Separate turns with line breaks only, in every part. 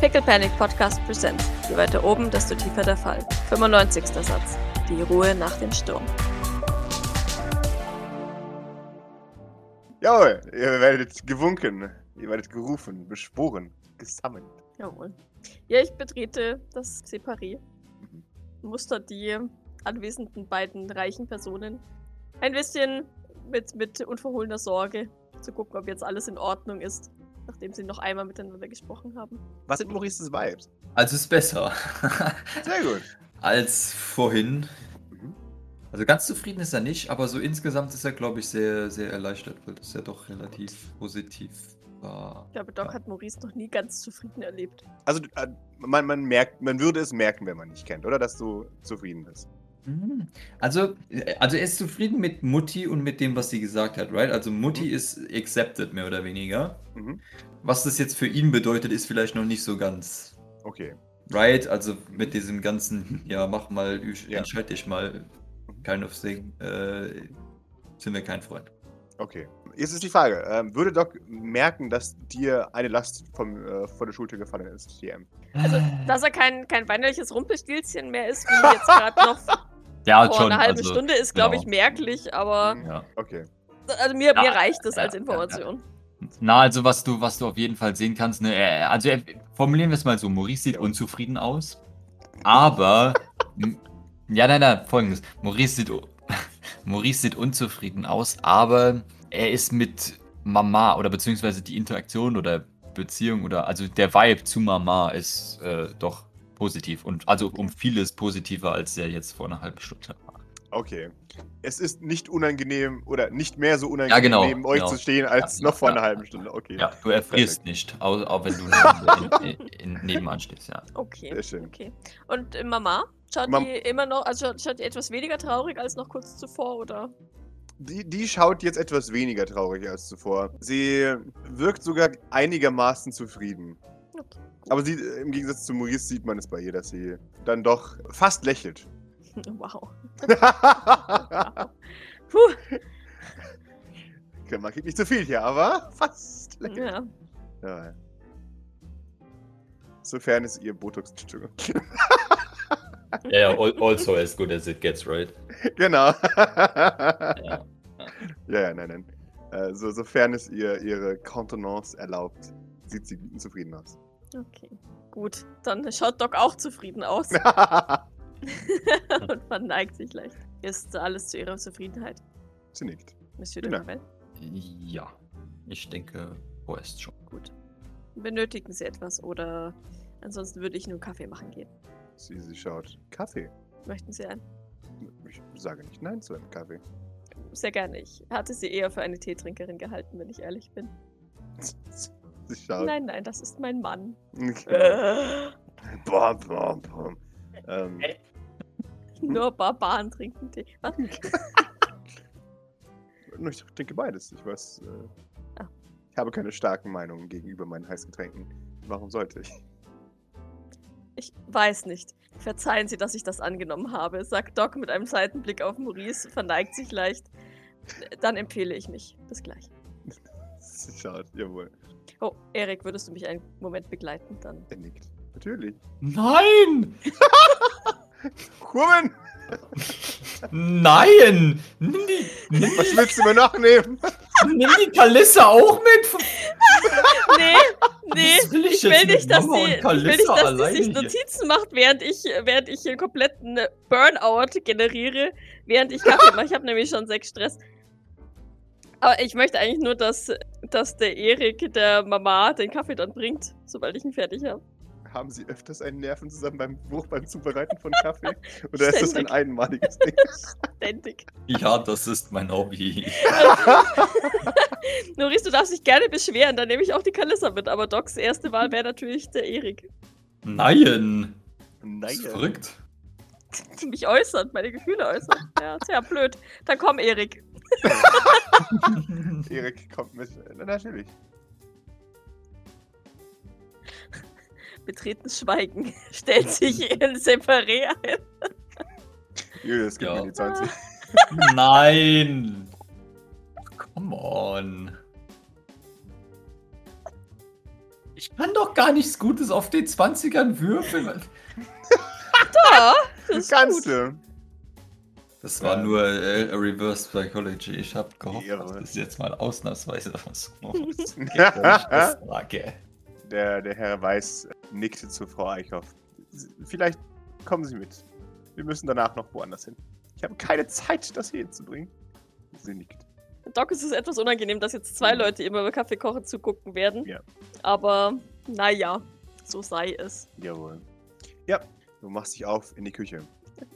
Pickle Panic Podcast Present. Je weiter oben, desto tiefer der Fall. 95. Satz. Die Ruhe nach dem Sturm.
Jawohl, ihr werdet gewunken, ihr werdet gerufen, beschworen, gesammelt.
Jawohl. Ja, ich betrete das Separé. Muster die anwesenden beiden reichen Personen ein bisschen mit, mit unverhohlener Sorge. Zu gucken, ob jetzt alles in Ordnung ist, nachdem sie noch einmal miteinander gesprochen haben.
Was sind Maurices Vibes?
Also ist besser
Sehr gut.
als vorhin.
Mhm.
Also ganz zufrieden ist er nicht, aber so insgesamt ist er, glaube ich, sehr, sehr erleichtert, weil das ja doch relativ positiv war.
Ich glaube, Doc hat Maurice noch nie ganz zufrieden erlebt.
Also du- äh, man, man merkt, man würde es merken, wenn man dich kennt, oder? Dass du zufrieden bist.
Mhm. Also, äh, also er ist zufrieden mit Mutti und mit dem, was sie gesagt hat, right? Also Mutti ist accepted, mehr oder weniger.
Mhm.
Was das jetzt für ihn bedeutet, ist vielleicht noch nicht so ganz
Okay.
Right, also mit diesem ganzen, ja, mach mal, üsch-
Ja.
entscheid dich mal, kind of thing, äh, sind wir kein Freund.
Okay. Jetzt ist die Frage, ähm, würde Doc merken, dass dir eine Last vom, äh, vor der Schulter gefallen ist, TM?
Also, dass er kein, kein weinerliches Rumpelstilzchen mehr ist, wie jetzt gerade noch vor
Ja, schon.
einer halben
also,
Stunde, ist, glaube
genau.
ich, merklich, aber
Mhm.
Ja.
Okay.
also mir,
Ja,
mir reicht das
ja,
als
ja, ja.
Information.
Na, also was du, was du auf jeden Fall sehen kannst, ne, er- also er, formulieren wir es mal so, Maurice sieht
Ja.
unzufrieden aus, aber, m- ja, nein, nein, folgendes, Maurice sieht, u- Maurice sieht unzufrieden aus, aber er ist mit Mama oder beziehungsweise die Interaktion oder Beziehung oder, also der Vibe zu Mama ist äh, doch positiv und also um vieles positiver, als er jetzt vor einer halben Stunde war.
Okay. Es ist nicht unangenehm oder nicht mehr so unangenehm,
Ja, genau,
neben euch
genau.
zu stehen, als
Ja,
noch vor
ja,
einer
ja.
halben Stunde. Okay.
Ja, du erfrierst nicht, auch, auch wenn du in, in, in, nebenan stehst, ja.
Okay,
Sehr schön.
okay. Und äh, Mama, schaut
Mam-
die immer noch, also schaut, schaut die etwas weniger traurig als noch kurz zuvor, oder?
Die, die schaut jetzt etwas weniger traurig als zuvor. Sie wirkt sogar einigermaßen zufrieden.
Okay.
Aber sie, äh, im Gegensatz zu Maurice sieht man es bei ihr, dass sie dann doch fast lächelt.
Wow.
Klar,
Puh,
man kriegt nicht zu viel hier, aber fast lächelt.
ja.
Ja. Sofern es ihr Botox. Entschuldigung.
Ja, ja, also as good as it gets, right?
genau. ja. ja, nein, nein. Äh, so, sofern es ihr ihre Kontenance erlaubt, sieht sie zufrieden aus.
Okay. Gut, dann schaut Doc auch zufrieden aus und verneigt sich leicht. Ist alles zu ihrer Zufriedenheit,
sie nickt.
Monsieur
Genau.
Duhamel?
Ja, ich denke, vorerst schon.
Gut. Benötigen Sie etwas oder ansonsten würde ich nur Kaffee machen gehen.
Sie, sie schaut. Kaffee.
Möchten Sie einen?
Ich sage nicht nein zu einem Kaffee.
Sehr gerne. Ich hatte Sie eher für eine Teetrinkerin gehalten, wenn ich ehrlich bin.
Sie schaut.
Nein, nein, das ist mein Mann.
Okay.
Äh,
Bom, bom, bom. Ähm,
nur Barbaren trinken Tee. Was?
ich denke beides. Ich weiß. Äh,
Ah.
Ich habe keine starken Meinungen gegenüber meinen Heißgetränken. Warum sollte ich?
Ich weiß nicht. Verzeihen Sie, dass ich das angenommen habe, sagt Doc mit einem Seitenblick auf Maurice, verneigt sich leicht. Dann empfehle ich mich. Bis gleich.
Sie schaut. Jawohl.
Oh, Erik, würdest du mich einen Moment begleiten? Dann.
Er nickt. Natürlich.
Nein!
Woman!
Nein! Nimm die, nimm
Was willst du mir noch nehmen?
die, nimm die Kalissa auch mit!
Nee, nee.
will
Ich will nicht, dass sie, ich will nicht, dass sie sich Notizen macht, während ich, während ich einen kompletten Burnout generiere, während ich Kaffee mache. Ich habe nämlich schon sechs Stress. Aber ich möchte eigentlich nur, dass, dass der Erik der Mama den Kaffee dann bringt, sobald ich ihn fertig habe.
Haben Sie öfters einen Nervenzusammenbruch beim Zubereiten von Kaffee? Oder ist das ein
Ständig.
einmaliges Ding?
Ständig.
Ja, das ist mein Hobby.
Noris, du darfst dich gerne beschweren, dann nehme ich auch die Kalissa mit. Aber Docs erste Wahl wäre natürlich der Erik.
Nein! Das
Nein.
ist verrückt.
Mich äußert, meine Gefühle äußert. Ja, sehr blöd. Dann komm, Erik.
Erik kommt mit. Na, natürlich.
Betretenes Schweigen. Stellt sich in Separé ein.
Julius, gib
Ja.
mir die
Ah,
20.
Nein! Come on. Ich Kann doch gar nichts Gutes auf den 20ern würfeln.
Da! Das ist
Kannst
gut.
du.
Das
Das war
war nur
nur äh, Reverse Psychology. Ich habe gehofft,
Ehre.
dass das jetzt mal ausnahmsweise davon so geht, wenn ich
der,
das sage.
der Herr Weiß nickte zu Frau Eichhoff. "Sie- Vielleicht kommen Sie mit. Wir müssen danach noch woanders hin. Ich habe keine Zeit, das hier hinzubringen. Sie nickt.
Doc, es ist etwas unangenehm, dass jetzt zwei Leute immer über Kaffee kochen zugucken werden.
Mhm. Ja.
Aber naja, so sei es,
Jawohl. Ja, du machst dich auf in die Küche.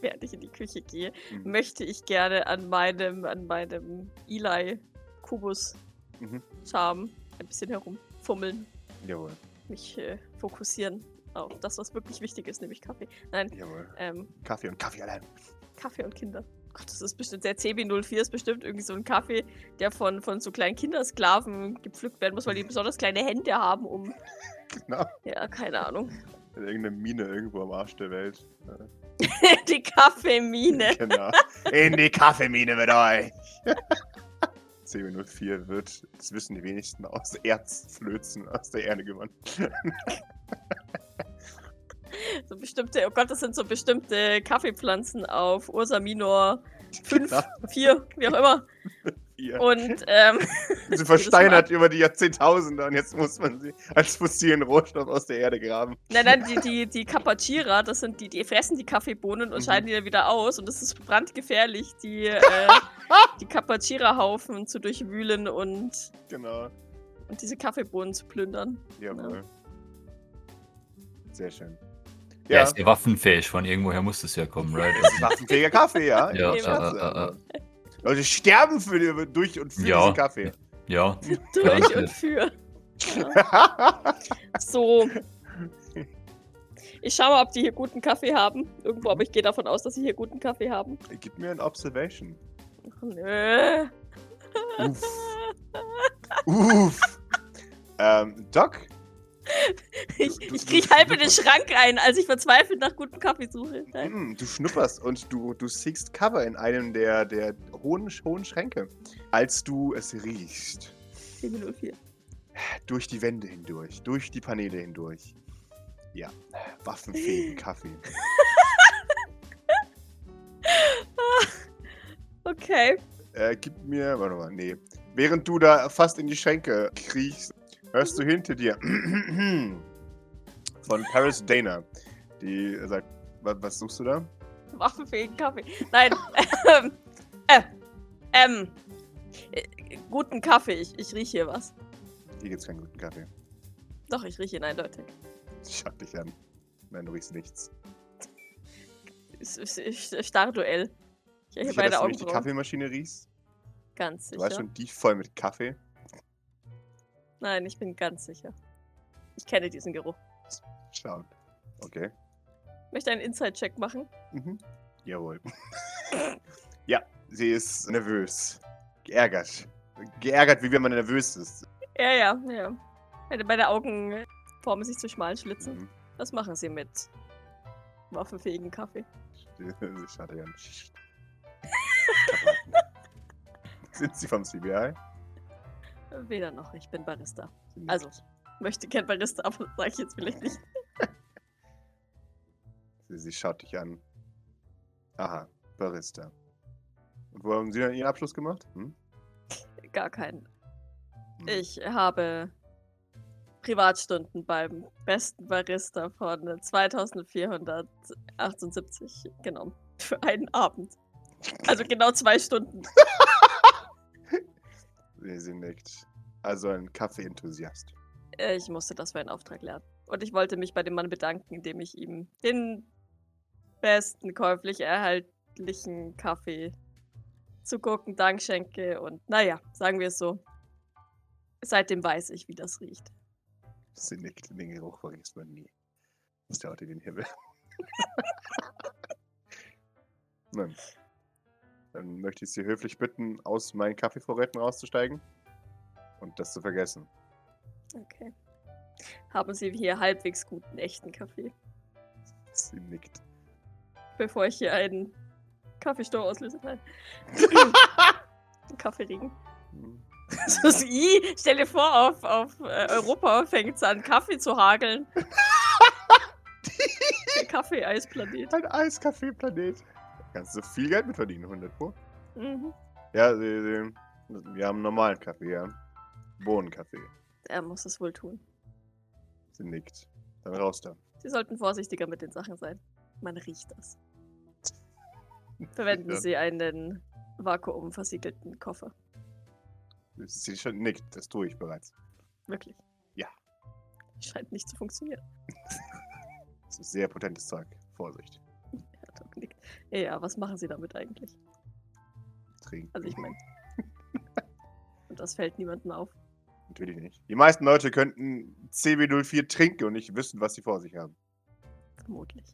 während ich in die Küche gehe.
Mhm.
möchte ich gerne an meinem, an meinem Eli-Kubus-Charme
Mhm.
ein bisschen herumfummeln,
Jawohl,
mich äh, fokussieren auf das, was wirklich wichtig ist, nämlich Kaffee. Nein,
jawohl.
ähm,
Kaffee und Kaffee allein.
Kaffee und Kinder. Gott, das ist bestimmt, der CB04 ist bestimmt irgendwie so ein Kaffee, der von, von so kleinen Kindersklaven gepflückt werden muss, weil die besonders kleine Hände haben, um.
Genau.
Ja, keine Ahnung.
In irgendeiner Mine irgendwo am Arsch der Welt. Äh,
die Kaffeemine.
Genau. In die Kaffeemine mit euch. 10.04 wird, das wissen die wenigsten, aus Erzflözen aus der Erde gewonnen.
So bestimmte, oh Gott, das sind so bestimmte Kaffeepflanzen auf Ursa Minor 5,
Genau.
4, wie auch immer.
Hier.
Und ähm,
Sie versteinert über die Jahrzehntausende und jetzt muss man sie als fossilen Rohstoff aus der Erde graben.
nein, nein, die, die, die Kapachira, das sind die, die fressen die Kaffeebohnen und
Mhm.
scheiden die dann wieder aus. Und das ist brandgefährlich, die, äh, die Kapachira-Haufen zu durchwühlen und,
Genau.
und diese Kaffeebohnen zu plündern.
Jawohl. Sehr schön.
Ja,
Ja,
ist ja waffenfähig, von irgendwoher muss das ja kommen, right? Also,
das ist waffenfähiger Kaffee, ja.
Ja,
Ich
äh,
sag's ja.
äh, äh.
Leute sterben für die, durch und für
Ja.
diesen Kaffee.
ja.
Durch
Ja.
und für. So. Ich schaue mal, ob die hier guten Kaffee haben. Irgendwo, aber ich gehe davon aus, dass sie hier guten Kaffee haben.
Gib mir ein Observation.
Ach, nö.
Uff. Uff. ähm, Doc,
Ich,
Du-
ich
du-
krieg
du-
halb in
du-
den Schrank rein, als ich verzweifelt nach gutem Kaffee suche. Nein.
mm, du schnupperst und du, du siehst Cover in einem der, der hohen, hohen Schränke. Als du es riechst,
10.04.
durch die Wände hindurch, durch die Paneele hindurch. Ja, waffenfähigen Kaffee.
Okay.
Äh, gib mir, warte mal, nee. Während du da fast in die Schränke kriechst, hörst du hinter dir von Paris Dana, die sagt, "Wa- was suchst du da?
Waffenfähigen Kaffee. Nein. ähm, äh, ähm. äh, Guten Kaffee. Ich, ich rieche hier was.
Hier gibt's keinen guten Kaffee.
Doch, ich rieche ihn eindeutig.
Schau dich an. Nein, du riechst nichts.
Es ist- es ist Starduell. Ich habe hier
Sicher, dass
beide
du nicht die
Augenbrauen.
Kaffeemaschine riechst?
Ganz
Du
sicher.
weißt schon, die voll mit Kaffee.
Nein, ich bin ganz sicher. Ich kenne diesen Geruch.
Schauen. Okay.
Ich möchte einen Inside-Check machen.
Mhm. Jawohl. ja, sie ist nervös. Geärgert. Geärgert, wie wenn man nervös ist.
Ja, ja, ja. Meine, meine Augen formen sich zu schmalen Schlitzen.
Mhm.
Was machen Sie mit waffenfähigen Kaffee?
Sie schaut dich an. Sind sie vom CBI?
Weder noch, ich bin Barista.
Sie nickt.
Also, ich möchte gern Barista, aber das sage ich jetzt vielleicht nicht.
Sie, sie schaut dich an. Aha, Barista. Und wo haben Sie dann Ihren Abschluss gemacht? Hm?
Gar keinen.
Hm.
Ich habe Privatstunden beim besten Barista von 2478 genommen. Für einen Abend. Also genau zwei Stunden.
Sie, sie nickt. Also ein Kaffee-Enthusiast.
Äh, Ich musste das für einen Auftrag lernen. Und ich wollte mich bei dem Mann bedanken, indem ich ihm den besten käuflich erhältlichen Kaffee zu gucken, Dank schenke. Und naja, sagen wir es so. Seitdem weiß ich, wie das riecht.
Sie nickt. Den Geruch vergisst man nie. Das dauert in den Himmel. Nein. Dann möchte ich Sie höflich bitten, aus meinen Kaffeevorräten rauszusteigen und das zu vergessen.
Okay. Haben Sie hier halbwegs guten, echten Kaffee,
Sie nickt.
bevor ich hier einen Kaffeestor auslöse? Nein. Einen Kaffeeregen.
Hm.
So, so, i, stell dir vor, auf, auf äh, Europa fängt es an, Kaffee zu hageln. Der Kaffee-Eisplanet.
Ein Eiskaffeeplanet. Kannst du viel Geld mit verdienen, 100 Pro.
Mhm.
Ja, sie, sie, wir haben einen normalen Kaffee, ja. Bohnenkaffee.
Er muss es wohl tun.
Sie nickt. Dann raus da.
Sie sollten vorsichtiger mit den Sachen sein. Man riecht das. Verwenden
Ja.
Sie einen vakuumversiegelten Koffer.
Sie schon nickt, das tue ich bereits.
Wirklich.
Ja.
Scheint nicht zu funktionieren.
Das ist sehr potentes Zeug. Vorsicht.
Er hat auch genickt. Ja, was machen Sie damit eigentlich?
Trinken.
Also ich meine. Und das fällt niemandem auf.
Natürlich nicht. Die meisten Leute könnten CW04 trinken und nicht wissen, was sie vor sich haben.
Vermutlich.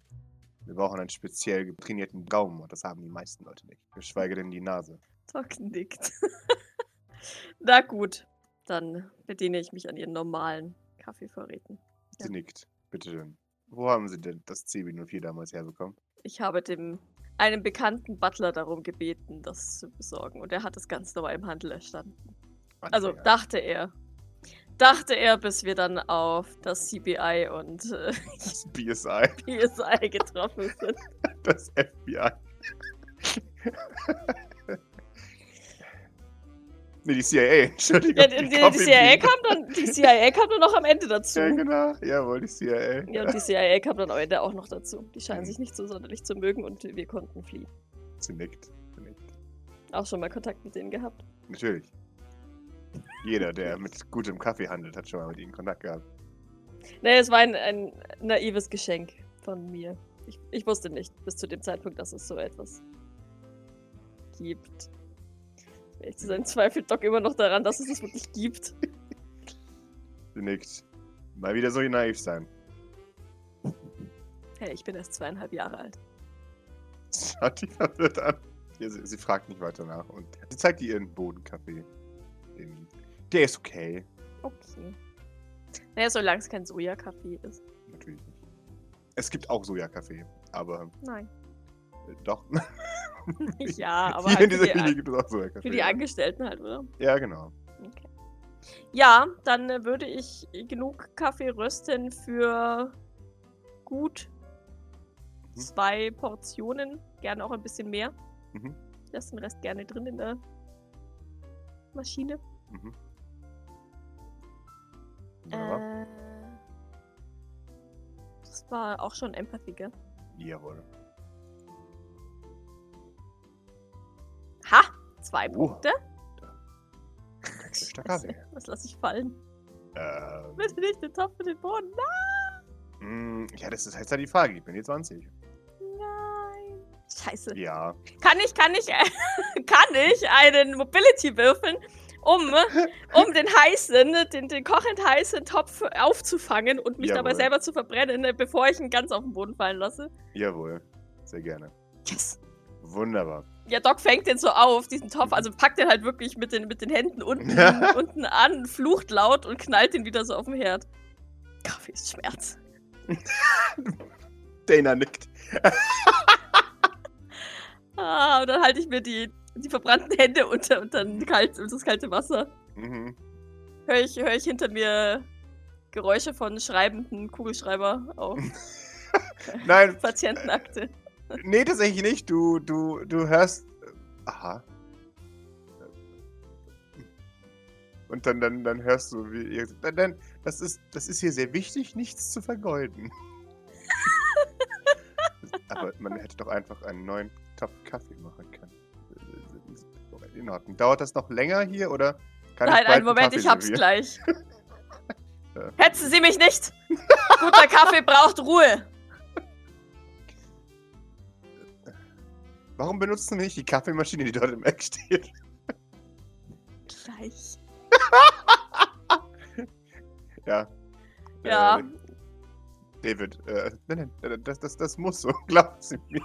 Wir brauchen einen speziell trainierten Gaumen und das haben die meisten Leute nicht. Geschweige denn die Nase.
Doc nickt. Na gut. Dann bediene ich mich an Ihren normalen Kaffeevorräten.
Sie
Ja.
nickt. Bitte schön. Wo haben Sie denn das CW04 damals herbekommen?
Ich habe dem einem bekannten Butler darum gebeten, das zu besorgen. Und er hat es ganz normal im Handel erstanden. Also
da.
dachte er. Dachte er, bis wir dann auf das CBI und äh,
Das BSI,
PSI getroffen sind.
das FBI. nee, die CIA, Entschuldigung.
Ja, die, die, die, CIA kam dann, die CIA kam dann noch am Ende dazu.
Ja, genau. Jawohl, die CIA.
Ja, und die CIA kam dann am Ende auch noch dazu. Die scheinen
Mhm.
sich nicht so sonderlich zu mögen und wir konnten fliehen.
Sie nickt. Sie nickt.
Auch schon mal Kontakt mit denen gehabt.
Natürlich. Jeder, der mit gutem Kaffee handelt, hat schon mal mit ihnen Kontakt gehabt.
Nee, es war ein, ein naives Geschenk von mir. Ich, ich wusste nicht bis zu dem Zeitpunkt, dass es so etwas gibt. Ehrlich zu sein, zweifelt Doc immer noch daran, dass es das wirklich gibt.
Sie nickt. Mal wieder so naiv sein.
Hey, ich bin erst zweieinhalb Jahre alt.
Schaut die verwirrt an. Ja, sie, sie fragt nicht weiter nach. Und sie zeigt ihr ihren Bodenkaffee. Den, der ist okay.
Okay. Naja, solange es kein Sojakaffee ist.
Natürlich nicht. Es gibt auch Sojakaffee, aber
Nein.
äh, doch.
ja, aber halt
Hier in
für,
dieser
die,
Linie
An-
gibt es auch Sojakaffee.
für die Angestellten halt, oder?
ja, genau.
Okay. Ja, dann äh, würde ich genug Kaffee rösten für gut
Mhm.
zwei Portionen, gerne auch ein bisschen mehr.
Mhm.
Lass den Rest gerne drin in der Maschine.
Mhm. Ja,
Äh, das war auch schon Empathy, gell?
Jawohl.
Ha! Zwei
Oh.
Punkte.
Starker Kaffee.
Scheiße, Was lasse ich fallen?
Ähm,
Bitte nicht den Topf in den Boden. Nein!
mh, ja, das ist jetzt halt die Frage. Gib mir die 20.
Nein. Scheiße.
Ja.
Kann ich, kann ich, äh, kann ich einen Mobility würfeln, um, um den heißen, den, den kochend heißen Topf aufzufangen und mich dabei
Jawohl.
selber zu verbrennen, äh, bevor ich ihn ganz auf den Boden fallen lasse?
Jawohl. Sehr gerne.
Yes.
Wunderbar.
Ja, Doc fängt den so auf, diesen Topf, also packt den halt wirklich mit den, mit den Händen unten, unten an, flucht laut und knallt den wieder so auf den Herd. Kaffee ist Schmerz.
Dana nickt.
Ah, und dann halte ich mir die, die verbrannten Hände unter, unter den kalt, unter das kalte Wasser.
Mhm.
Höre ich, hör ich hinter mir Geräusche von schreibenden Kugelschreiber auf
Nein,
Patientenakte.
nee, tatsächlich nicht. Du, du, du hörst. Aha. Und dann, dann, dann hörst du, wie ihr. Dann, dann, das, ist, das ist hier sehr wichtig, nichts zu vergeuden. Aber man hätte doch einfach einen neuen Topf Kaffee machen können. In Ordnung. Dauert das noch länger hier oder kann
Nein,
ich bald
einen Moment,
Kaffee
ich hab's
servieren?
gleich.
Ja.
Hetzen Sie mich nicht! Guter Kaffee braucht Ruhe!
Warum benutzt du nicht die Kaffeemaschine, die dort im Eck steht?
Gleich.
Ja.
Ja.
Äh, David, äh, nein, nein, das, das, das muss so, glauben Sie mir.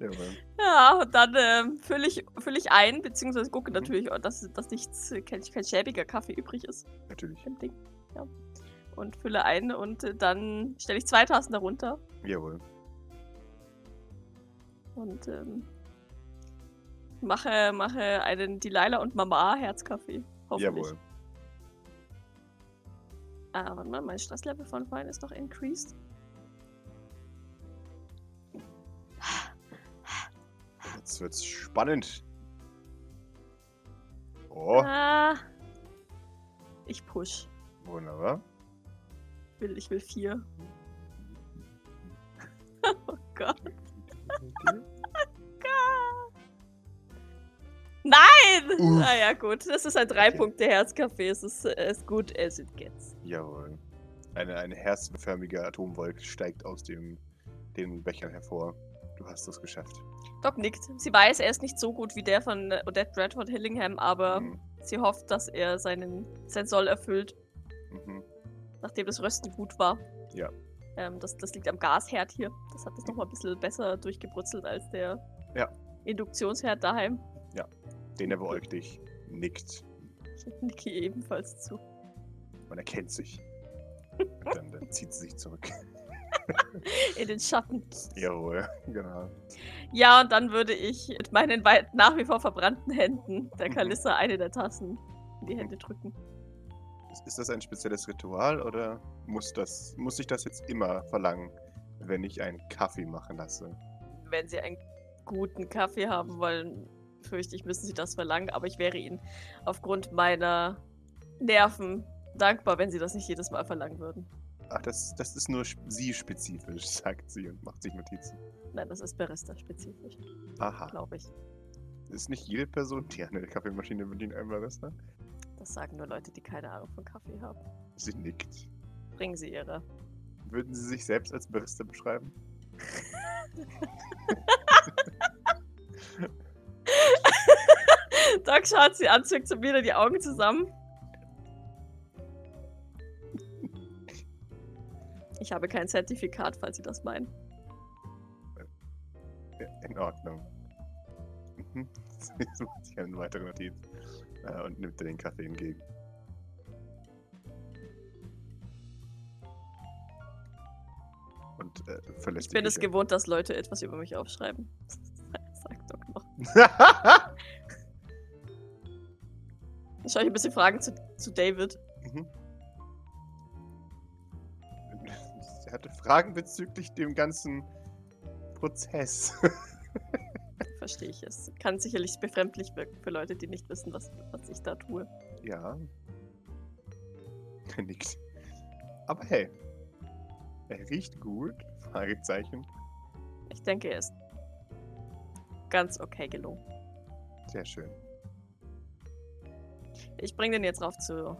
Jawohl.
Ja, und dann ähm, fülle ich, füll ich ein, beziehungsweise gucke natürlich, oh, dass, dass nichts, äh, kein, kein schäbiger Kaffee übrig ist
Natürlich.
im Ding. Ja. Und fülle ein und äh, dann stelle ich zwei Tassen darunter.
Jawohl.
Und ähm, mache, mache einen Delilah und Mama Herzkaffee. Hoffentlich.
Jawohl.
Ah, warte mal, mein Stresslevel von vorhin ist doch increased.
Jetzt wird's spannend. Oh,
Ah, ich push.
wunderbar.
Ich will, ich will vier. oh Gott. Nein!
Uff.
Ah ja, gut. Das ist ein drei punkte herzkaffee Es ist as good as it gets.
Jawohl. Eine, eine herzförmige Atomwolke steigt aus dem, den Bechern hervor. Du hast es geschafft.
Doc nickt. Sie weiß, er ist nicht so gut wie der von äh, Odette Bradford Hillingham, aber
Mhm.
sie hofft, dass er seinen, sein Soll erfüllt,
Mhm.
nachdem das Rösten gut war.
Ja.
Ähm, das, das liegt am Gasherd hier. Das hat das nochmal ein bisschen besser durchgebrutzelt als der
Ja.
Induktionsherd daheim.
Den er beäugt dich, nickt.
Niki ebenfalls zu.
Man erkennt sich. Dann, dann zieht sie sich zurück.
In den Schatten.
Jawohl, genau.
Ja, und dann würde ich mit meinen weit nach wie vor verbrannten Händen der
Mhm.
Kalissa eine der Tassen in die Hände drücken.
Ist, ist das ein spezielles Ritual oder muss, das, muss ich das jetzt immer verlangen, wenn ich einen Kaffee machen lasse?
Wenn sie einen guten Kaffee haben wollen, fürchte ich, müssen sie das verlangen. Aber ich wäre ihnen aufgrund meiner Nerven dankbar, wenn sie das nicht jedes Mal verlangen würden.
Ach, das, das ist nur sp- sie spezifisch, sagt sie und macht sich Notizen.
Nein, das ist Barista-spezifisch,
Aha.
glaube ich.
Ist nicht jede Person, die eine Kaffeemaschine bedient, ne? ein Barista?
Das sagen nur Leute, die keine Ahnung von Kaffee haben.
Sie nickt.
Bringen sie ihre.
Würden Sie sich selbst als Barista beschreiben?
Doc schaut sie an, zückt so wieder die Augen zusammen. Ich habe kein Zertifikat, falls Sie das meinen.
Ja, In Ordnung. Mhm. Sie macht sich eine weitere Notiz äh, und nimmt den Kaffee entgegen. Und äh, verlässt
Ich bin
die
es
Küche.
gewohnt, dass Leute etwas über mich aufschreiben. Sagt Doc noch. Ich schaue ich ein bisschen Fragen zu, zu David.
Mhm. Sie hatte Fragen bezüglich dem ganzen Prozess.
Verstehe ich es. Kann sicherlich befremdlich wirken für Leute, die nicht wissen, was, was ich da tue.
ja. Er Nickt. Aber hey. Er riecht gut. Fragezeichen.
Ich denke, er ist ganz okay gelungen.
Sehr schön.
Ich bringe den jetzt rauf zu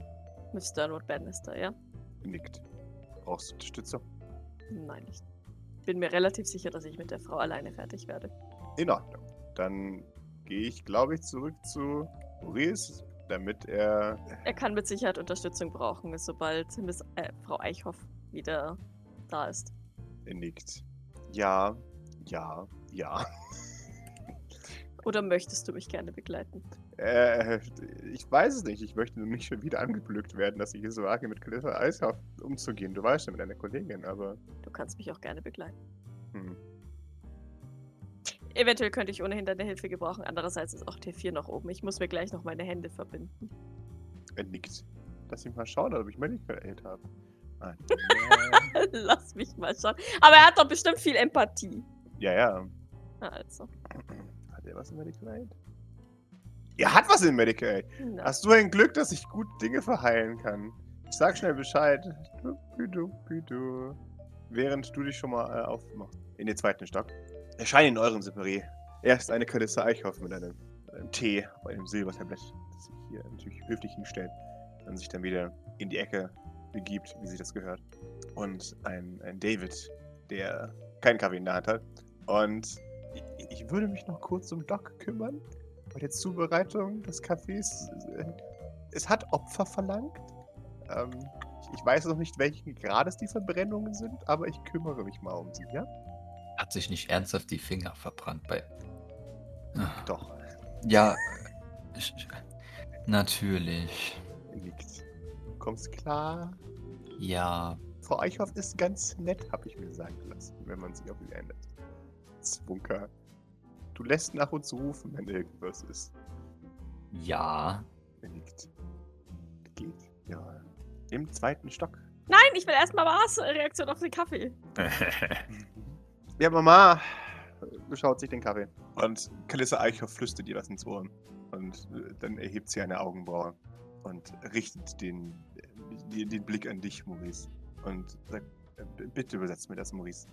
Miss Sternwood Bannister, ja?
Nickt. Brauchst du Unterstützung?
Nein, ich bin mir relativ sicher, dass ich mit der Frau alleine fertig werde.
In Ordnung. Dann gehe ich, glaube ich, zurück zu Maurice, damit er
Er kann mit Sicherheit Unterstützung brauchen, sobald Miss, äh, Frau Eichhoff wieder da ist.
nickt. Ja, ja, ja.
Oder möchtest du mich gerne begleiten?
Äh, ich weiß es nicht. Ich möchte nur nicht schon wieder angeblöckt werden, dass ich es wage, mit Clifford Eishoff umzugehen. Du weißt schon, mit einer Kollegin, aber
Du kannst mich auch gerne begleiten.
hm,
Eventuell könnte ich ohnehin deine Hilfe gebrauchen. Andererseits ist auch T4 noch oben. Ich muss mir gleich noch meine Hände verbinden.
er nickt. Lass mich mal schauen, ob ich Männlichkeit habe. Ah,
Lass mich mal schauen. Aber er hat doch bestimmt viel Empathie.
ja, ja.
Na also.
Hat er was in Medicaid? Er hat was in Medicaid.
Na.
Hast du ein Glück, dass ich gut Dinge verheilen kann? Ich sag schnell Bescheid. Du, du, du, du, du. Während du dich schon mal äh, aufmachst. In den zweiten Stock. Erscheint in eurem Separé. Erst eine Kalisse Eichhoff mit einem, mit einem Tee auf einem Silbertablett, das sich hier natürlich höflich hinstellt. Dann sich dann wieder in die Ecke begibt, wie sich das gehört. Und ein, ein David, der keinen Kaffee in der Hand hat. Und ich, ich würde mich noch kurz um Doc kümmern bei der Zubereitung des Kaffees. äh, Es hat Opfer verlangt. Ähm, ich, ich weiß noch nicht, welchen Grades die Verbrennungen sind, aber ich kümmere mich mal um sie, ja?
Hat sich nicht ernsthaft die Finger verbrannt bei.
Doch,
Ja, sch- sch- natürlich.
liegt. Du kommst klar.
Ja,
Frau Eichhoff ist ganz nett, habe ich mir sagen lassen, wenn man sie auch wieder ändert. Zwunker. Du lässt nach uns rufen, wenn irgendwas ist.
Ja.
Er nickt. Geht. Ja. Im zweiten Stock.
Nein, ich will erstmal Mamas Reaktion auf den Kaffee.
Ja, Mama schaut sich den Kaffee. Und Kalissa Eichhoff flüstert ihr was ins Ohr. Und äh, dann erhebt sie eine Augenbraue und richtet den, äh, den, den Blick an dich, Maurice. Und sagt, äh, b- bitte übersetzt mir das, Maurice.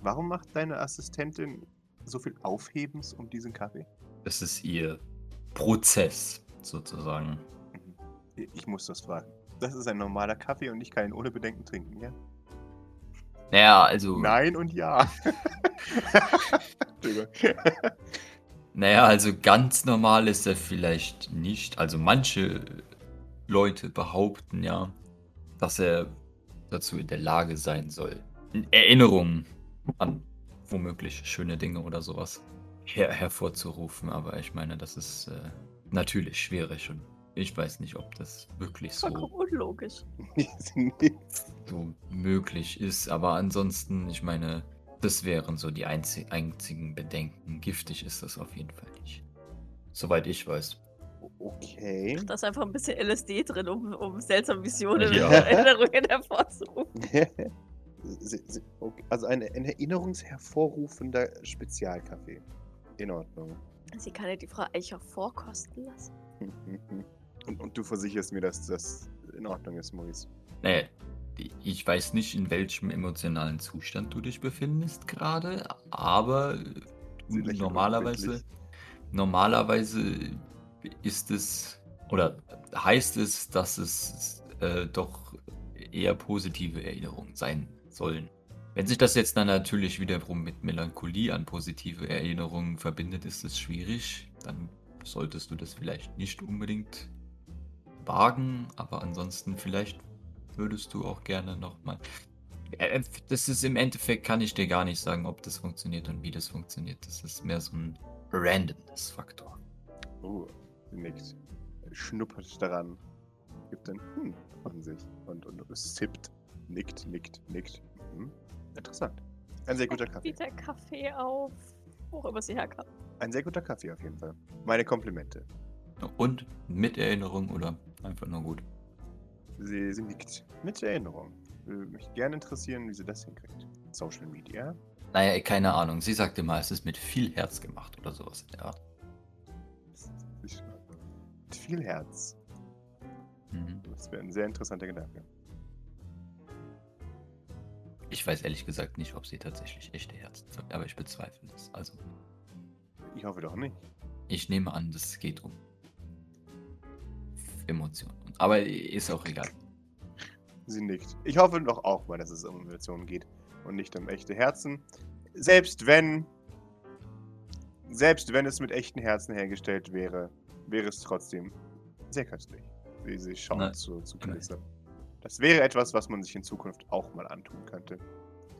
Warum macht deine Assistentin so viel Aufhebens um diesen Kaffee?
Das ist ihr Prozess sozusagen.
I- Ich muss das fragen. Das ist ein normaler Kaffee und ich kann ihn ohne Bedenken trinken, ja?
Naja, also.
Nein und ja. Entschuldigung.
Naja, also ganz normal ist er vielleicht nicht. Also manche Leute behaupten ja, dass er dazu in der Lage sein soll. Erinnerungen an womöglich schöne Dinge oder sowas her hervorzurufen. Aber ich meine, das ist äh, natürlich schwierig und ich weiß nicht, ob das wirklich
Vollkommen
so,
unlogisch.
Sie
so möglich ist. Aber ansonsten, ich meine, das wären so die einzi einzigen Bedenken. Giftig ist das auf jeden Fall nicht. Soweit ich weiß.
Okay.
Da ist einfach ein bisschen LSD drin, um, um seltsame Visionen
Ja.
und Erinnerungen hervorzurufen.
Sie- sie- okay. Also ein, ein erinnerungshervorrufender Spezialkaffee. In Ordnung.
Sie kann ja die Frau Eicher vorkosten lassen.
Und, und du versicherst mir, dass das in Ordnung ist, Maurice.
Nee, ich weiß nicht, in welchem emotionalen Zustand du dich befindest gerade, aber
Sie lächelt
normalerweise,
unfreundlich.
normalerweise ist es oder heißt es, dass es äh, doch eher positive Erinnerungen sein sollen. Wenn sich das jetzt dann natürlich wiederum mit Melancholie an positive Erinnerungen verbindet, ist es schwierig. Dann solltest du das vielleicht nicht unbedingt wagen, aber ansonsten vielleicht würdest du auch gerne nochmal. Das ist im Endeffekt, kann ich dir gar nicht sagen, ob das funktioniert und wie das funktioniert. Das ist mehr so ein Randomness-Faktor.
Oh, sie nickt. Schnuppert daran. Gibt ein Hm von sich. Und, und sippt. Nickt, nickt, nickt. Mhm. Interessant. Ein sehr guter Kaffee.
Sieht der Kaffee auf, wo auch immer sie herkam.
Ein sehr guter Kaffee auf jeden Fall. Meine Komplimente.
Und mit Erinnerung oder einfach nur gut.
Sie, sie nickt. Mit Erinnerung. Würde mich gerne interessieren, wie sie das hinkriegt. Social Media.
Naja, keine Ahnung. Sie sagte mal, es ist mit viel Herz gemacht oder sowas. Ja.
Ich- Mit viel Herz.
Mhm.
Das wäre ein sehr interessanter Gedanke.
Ich weiß ehrlich gesagt nicht, ob sie tatsächlich echte Herzen sagt, aber ich bezweifle es. Also,
Ich hoffe doch nicht.
ich nehme an, das geht um Emotionen. Aber ist auch egal.
Sie nickt. Ich hoffe doch auch mal, dass es um Emotionen geht und nicht um echte Herzen. Selbst wenn. Selbst wenn es mit echten Herzen hergestellt wäre, wäre es trotzdem sehr köstlich. Wie sie schauen
Nein.
zu, zu
Nein.
Kalissa. Das wäre etwas, was man sich in Zukunft auch mal antun könnte.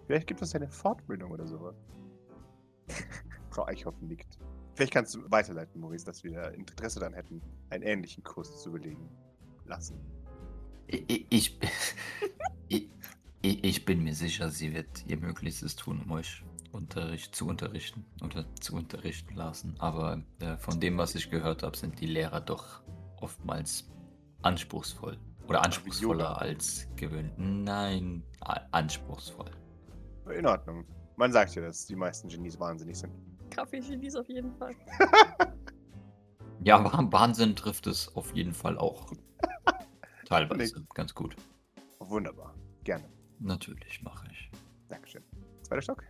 Vielleicht gibt es eine Fortbildung oder sowas. Frau Eichhoff nickt. Vielleicht kannst du weiterleiten, Maurice, dass wir Interesse daran hätten, einen ähnlichen Kurs zu überlegen lassen.
Ich, ich, ich, ich bin mir sicher, sie wird ihr Möglichstes tun, um euch Unterricht zu unterrichten oder zu unterrichten lassen. Aber äh, von dem, was ich gehört habe, sind die Lehrer doch oftmals anspruchsvoll. Oder
Yoga.
anspruchsvoller als gewöhnlich. Nein, a- anspruchsvoll.
In Ordnung. Man sagt ja, dass die meisten Genies wahnsinnig sind.
Kaffee-Genies auf jeden Fall.
Ja, Wah- Wahnsinn trifft es auf jeden Fall auch. Teilweise. Ganz gut.
Wunderbar. Gerne.
Natürlich mache ich.
Dankeschön. Zweiter Stock.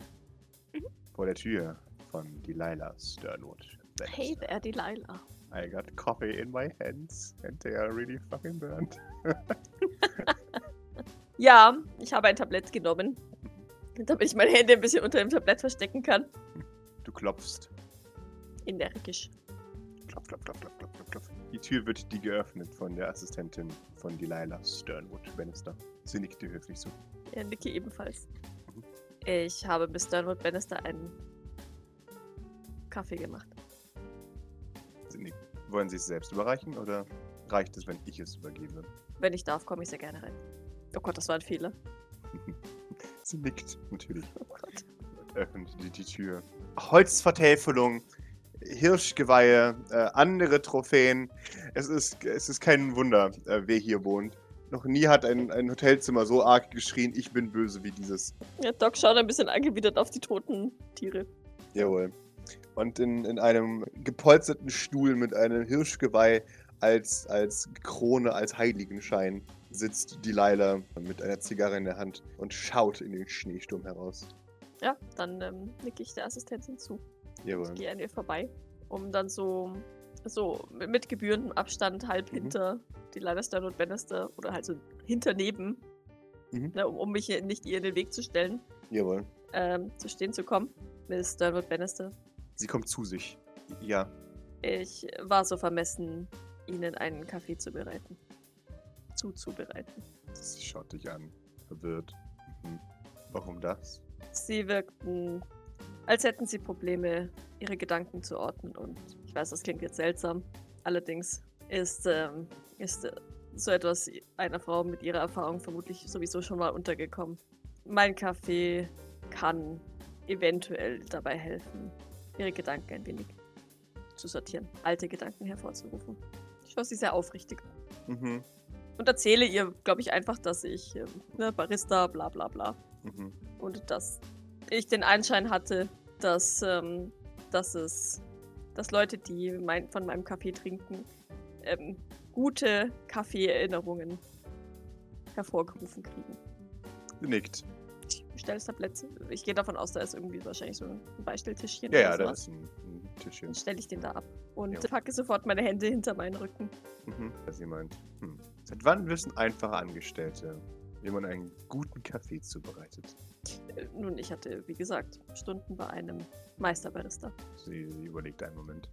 Mhm.
Vor der Tür von Delilah Sternwood.
Hey there, Delilah.
I got coffee in my hands and they are really fucking burnt.
Ja, ich habe ein Tablett genommen, damit ich meine Hände ein bisschen unter dem Tablett verstecken kann.
Du klopfst.
Energisch.
Klopf, klopf, klopf, klopf, klopf, klopf, klopf. Die Tür wird dir geöffnet von der Assistentin von Delilah Sternwood Bannister. Sie nickt dir höflich zu.
Ja, Nicky ebenfalls.
Mhm.
Ich habe Miss Sternwood Bannister einen Kaffee gemacht.
Sie nickt. Wollen Sie es selbst überreichen oder reicht es, wenn ich es übergebe?
Wenn ich darf, komme ich sehr gerne rein. Oh Gott, das war ein Fehler.
Sie nickt, natürlich.
Oh Gott.
öffnet die, die Tür. Holzvertäfelung Hirschgeweihe, äh, andere Trophäen. Es ist, es ist kein Wunder, äh, wer hier wohnt. Noch nie hat ein, ein Hotelzimmer so arg geschrien, ich bin böse wie dieses.
Ja, Doc schaut ein bisschen angewidert auf die toten Tiere.
Jawohl. Und in, in einem gepolsterten Stuhl mit einem Hirschgeweih als, als Krone, als Heiligenschein sitzt Delilah mit einer Zigarre in der Hand und schaut in den Schneesturm heraus.
Ja, dann ähm, nicke ich der Assistentin zu.
Jawohl.
Ich gehe an ihr vorbei, um dann so, so mit gebührendem Abstand halb
Mhm.
hinter die Lannister und Bannister oder halt so hinterneben,
Mhm.
ne, um, um mich hier nicht ihr in den Weg zu stellen,
Jawohl.
ähm, zu stehen zu kommen. Miss Sternwood Bannister,
Sie kommt zu sich. Ja.
ich war so vermessen, Ihnen einen Kaffee zu bereiten. Zuzubereiten.
Sie schaut dich an. Verwirrt. Mhm. Warum das?
Sie wirkten, als hätten sie Probleme, ihre Gedanken zu ordnen. Und ich weiß, das klingt jetzt seltsam. Allerdings ist, ähm, ist äh, so etwas einer Frau mit ihrer Erfahrung vermutlich sowieso schon mal untergekommen. Mein Kaffee kann eventuell dabei helfen, ihre Gedanken ein wenig zu sortieren, alte Gedanken hervorzurufen. Ich war sie sehr aufrichtig
Mhm.
und erzähle ihr, glaube ich, einfach, dass ich ähm, ne, Barista, bla bla bla
Mhm.
und dass ich den Anschein hatte, dass, ähm, dass es, dass Leute, die mein, von meinem Kaffee trinken, ähm, gute Kaffeeerinnerungen hervorgerufen kriegen.
Sie nickt.
Ich bestelle das Tablett. Ich gehe davon aus, da ist irgendwie wahrscheinlich so ein Beistelltischchen.
Ja, ja,
oder
da
sowas.
ist ein, ein Tischchen.
Dann stelle ich den da ab und
Ja.
packe sofort meine Hände hinter meinen Rücken.
Mhm. Dass jemand. Hm. Seit wann wissen einfache Angestellte, wie man einen guten Kaffee zubereitet?
Äh, Nun, ich hatte, wie gesagt, Stunden bei einem Meisterbarista.
Sie, sie überlegt einen Moment.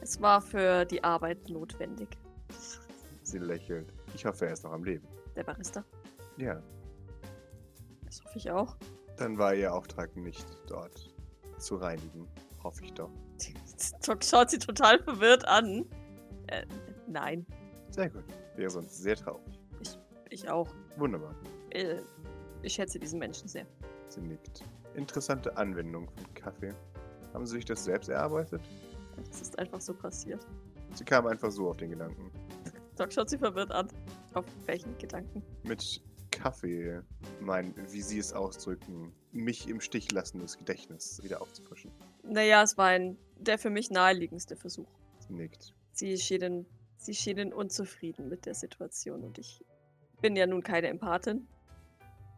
Es war für die Arbeit notwendig,
Sie lächelt. Ich hoffe, er ist noch am Leben.
der Barista.
Ja.
Das hoffe ich auch.
Dann war ihr Auftrag nicht dort zu reinigen. Hoffe ich doch.
Doc schaut sie total verwirrt an. Äh, nein,
Sehr gut. Wäre sonst sehr traurig.
ich auch.
Wunderbar.
Äh, ich schätze diesen Menschen sehr.
Sie nickt. Interessante Anwendung von Kaffee. Haben Sie sich das selbst erarbeitet?
Das ist einfach so passiert.
Sie kam einfach so auf den Gedanken.
Doc schaut sie verwirrt an. Auf welchen Gedanken?
Mit Kaffee mein, wie Sie es ausdrücken, mich im Stich lassendes Gedächtnis wieder aufzufrischen.
Naja, es war ein der für mich naheliegendste Versuch.
Sie nickt.
Sie schienen, sie schienen unzufrieden mit der Situation und ich bin ja nun keine Empathin.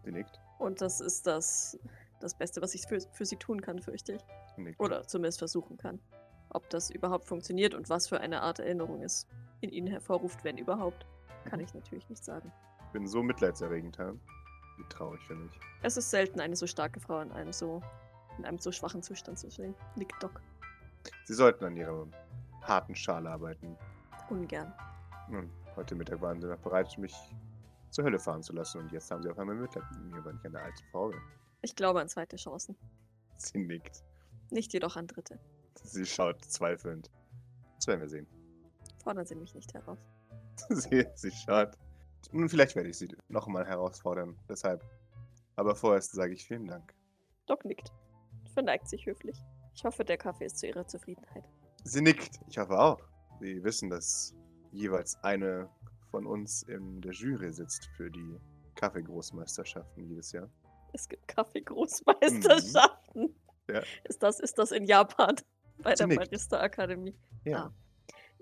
Sie nickt.
Und das ist das, das Beste, was ich für, für sie tun kann, fürchte ich.
Sie nickt.
Oder zumindest versuchen kann. Ob das überhaupt funktioniert und was für eine Art Erinnerung es in ihnen hervorruft, wenn überhaupt, kann ich natürlich nicht sagen.
Ich bin so mitleidserregend, Herr. Wie traurig finde ich.
Es ist selten, eine so starke Frau in einem so, in einem so schwachen Zustand zu sehen. Nickt Doc.
Sie sollten an Ihrer harten Schale arbeiten.
Ungern.
Nun, heute Mittag waren sie noch bereit, mich zur Hölle fahren zu lassen und jetzt haben sie auf einmal Mitleid mit mir, weil ich eine alte Frau bin.
Ich glaube an zweite Chancen.
Sie nickt.
Nicht jedoch an dritte.
Sie schaut zweifelnd. Das werden wir sehen.
Fordern Sie mich nicht heraus.
sie, sie schaut. Nun, vielleicht werde ich sie nochmal herausfordern, deshalb. Aber vorerst sage ich vielen Dank.
Doc nickt. Verneigt sich höflich. Ich hoffe, der Kaffee ist zu Ihrer Zufriedenheit.
Sie nickt. Ich hoffe auch. Sie wissen, dass jeweils eine von uns in der Jury sitzt für die Kaffeegroßmeisterschaften jedes Jahr.
Es gibt Kaffee-Großmeisterschaften.
Mhm. Ja.
Ist, das, ist das in Japan bei
Sie
der
nickt.
Barista-Akademie?
Ja,
Ah.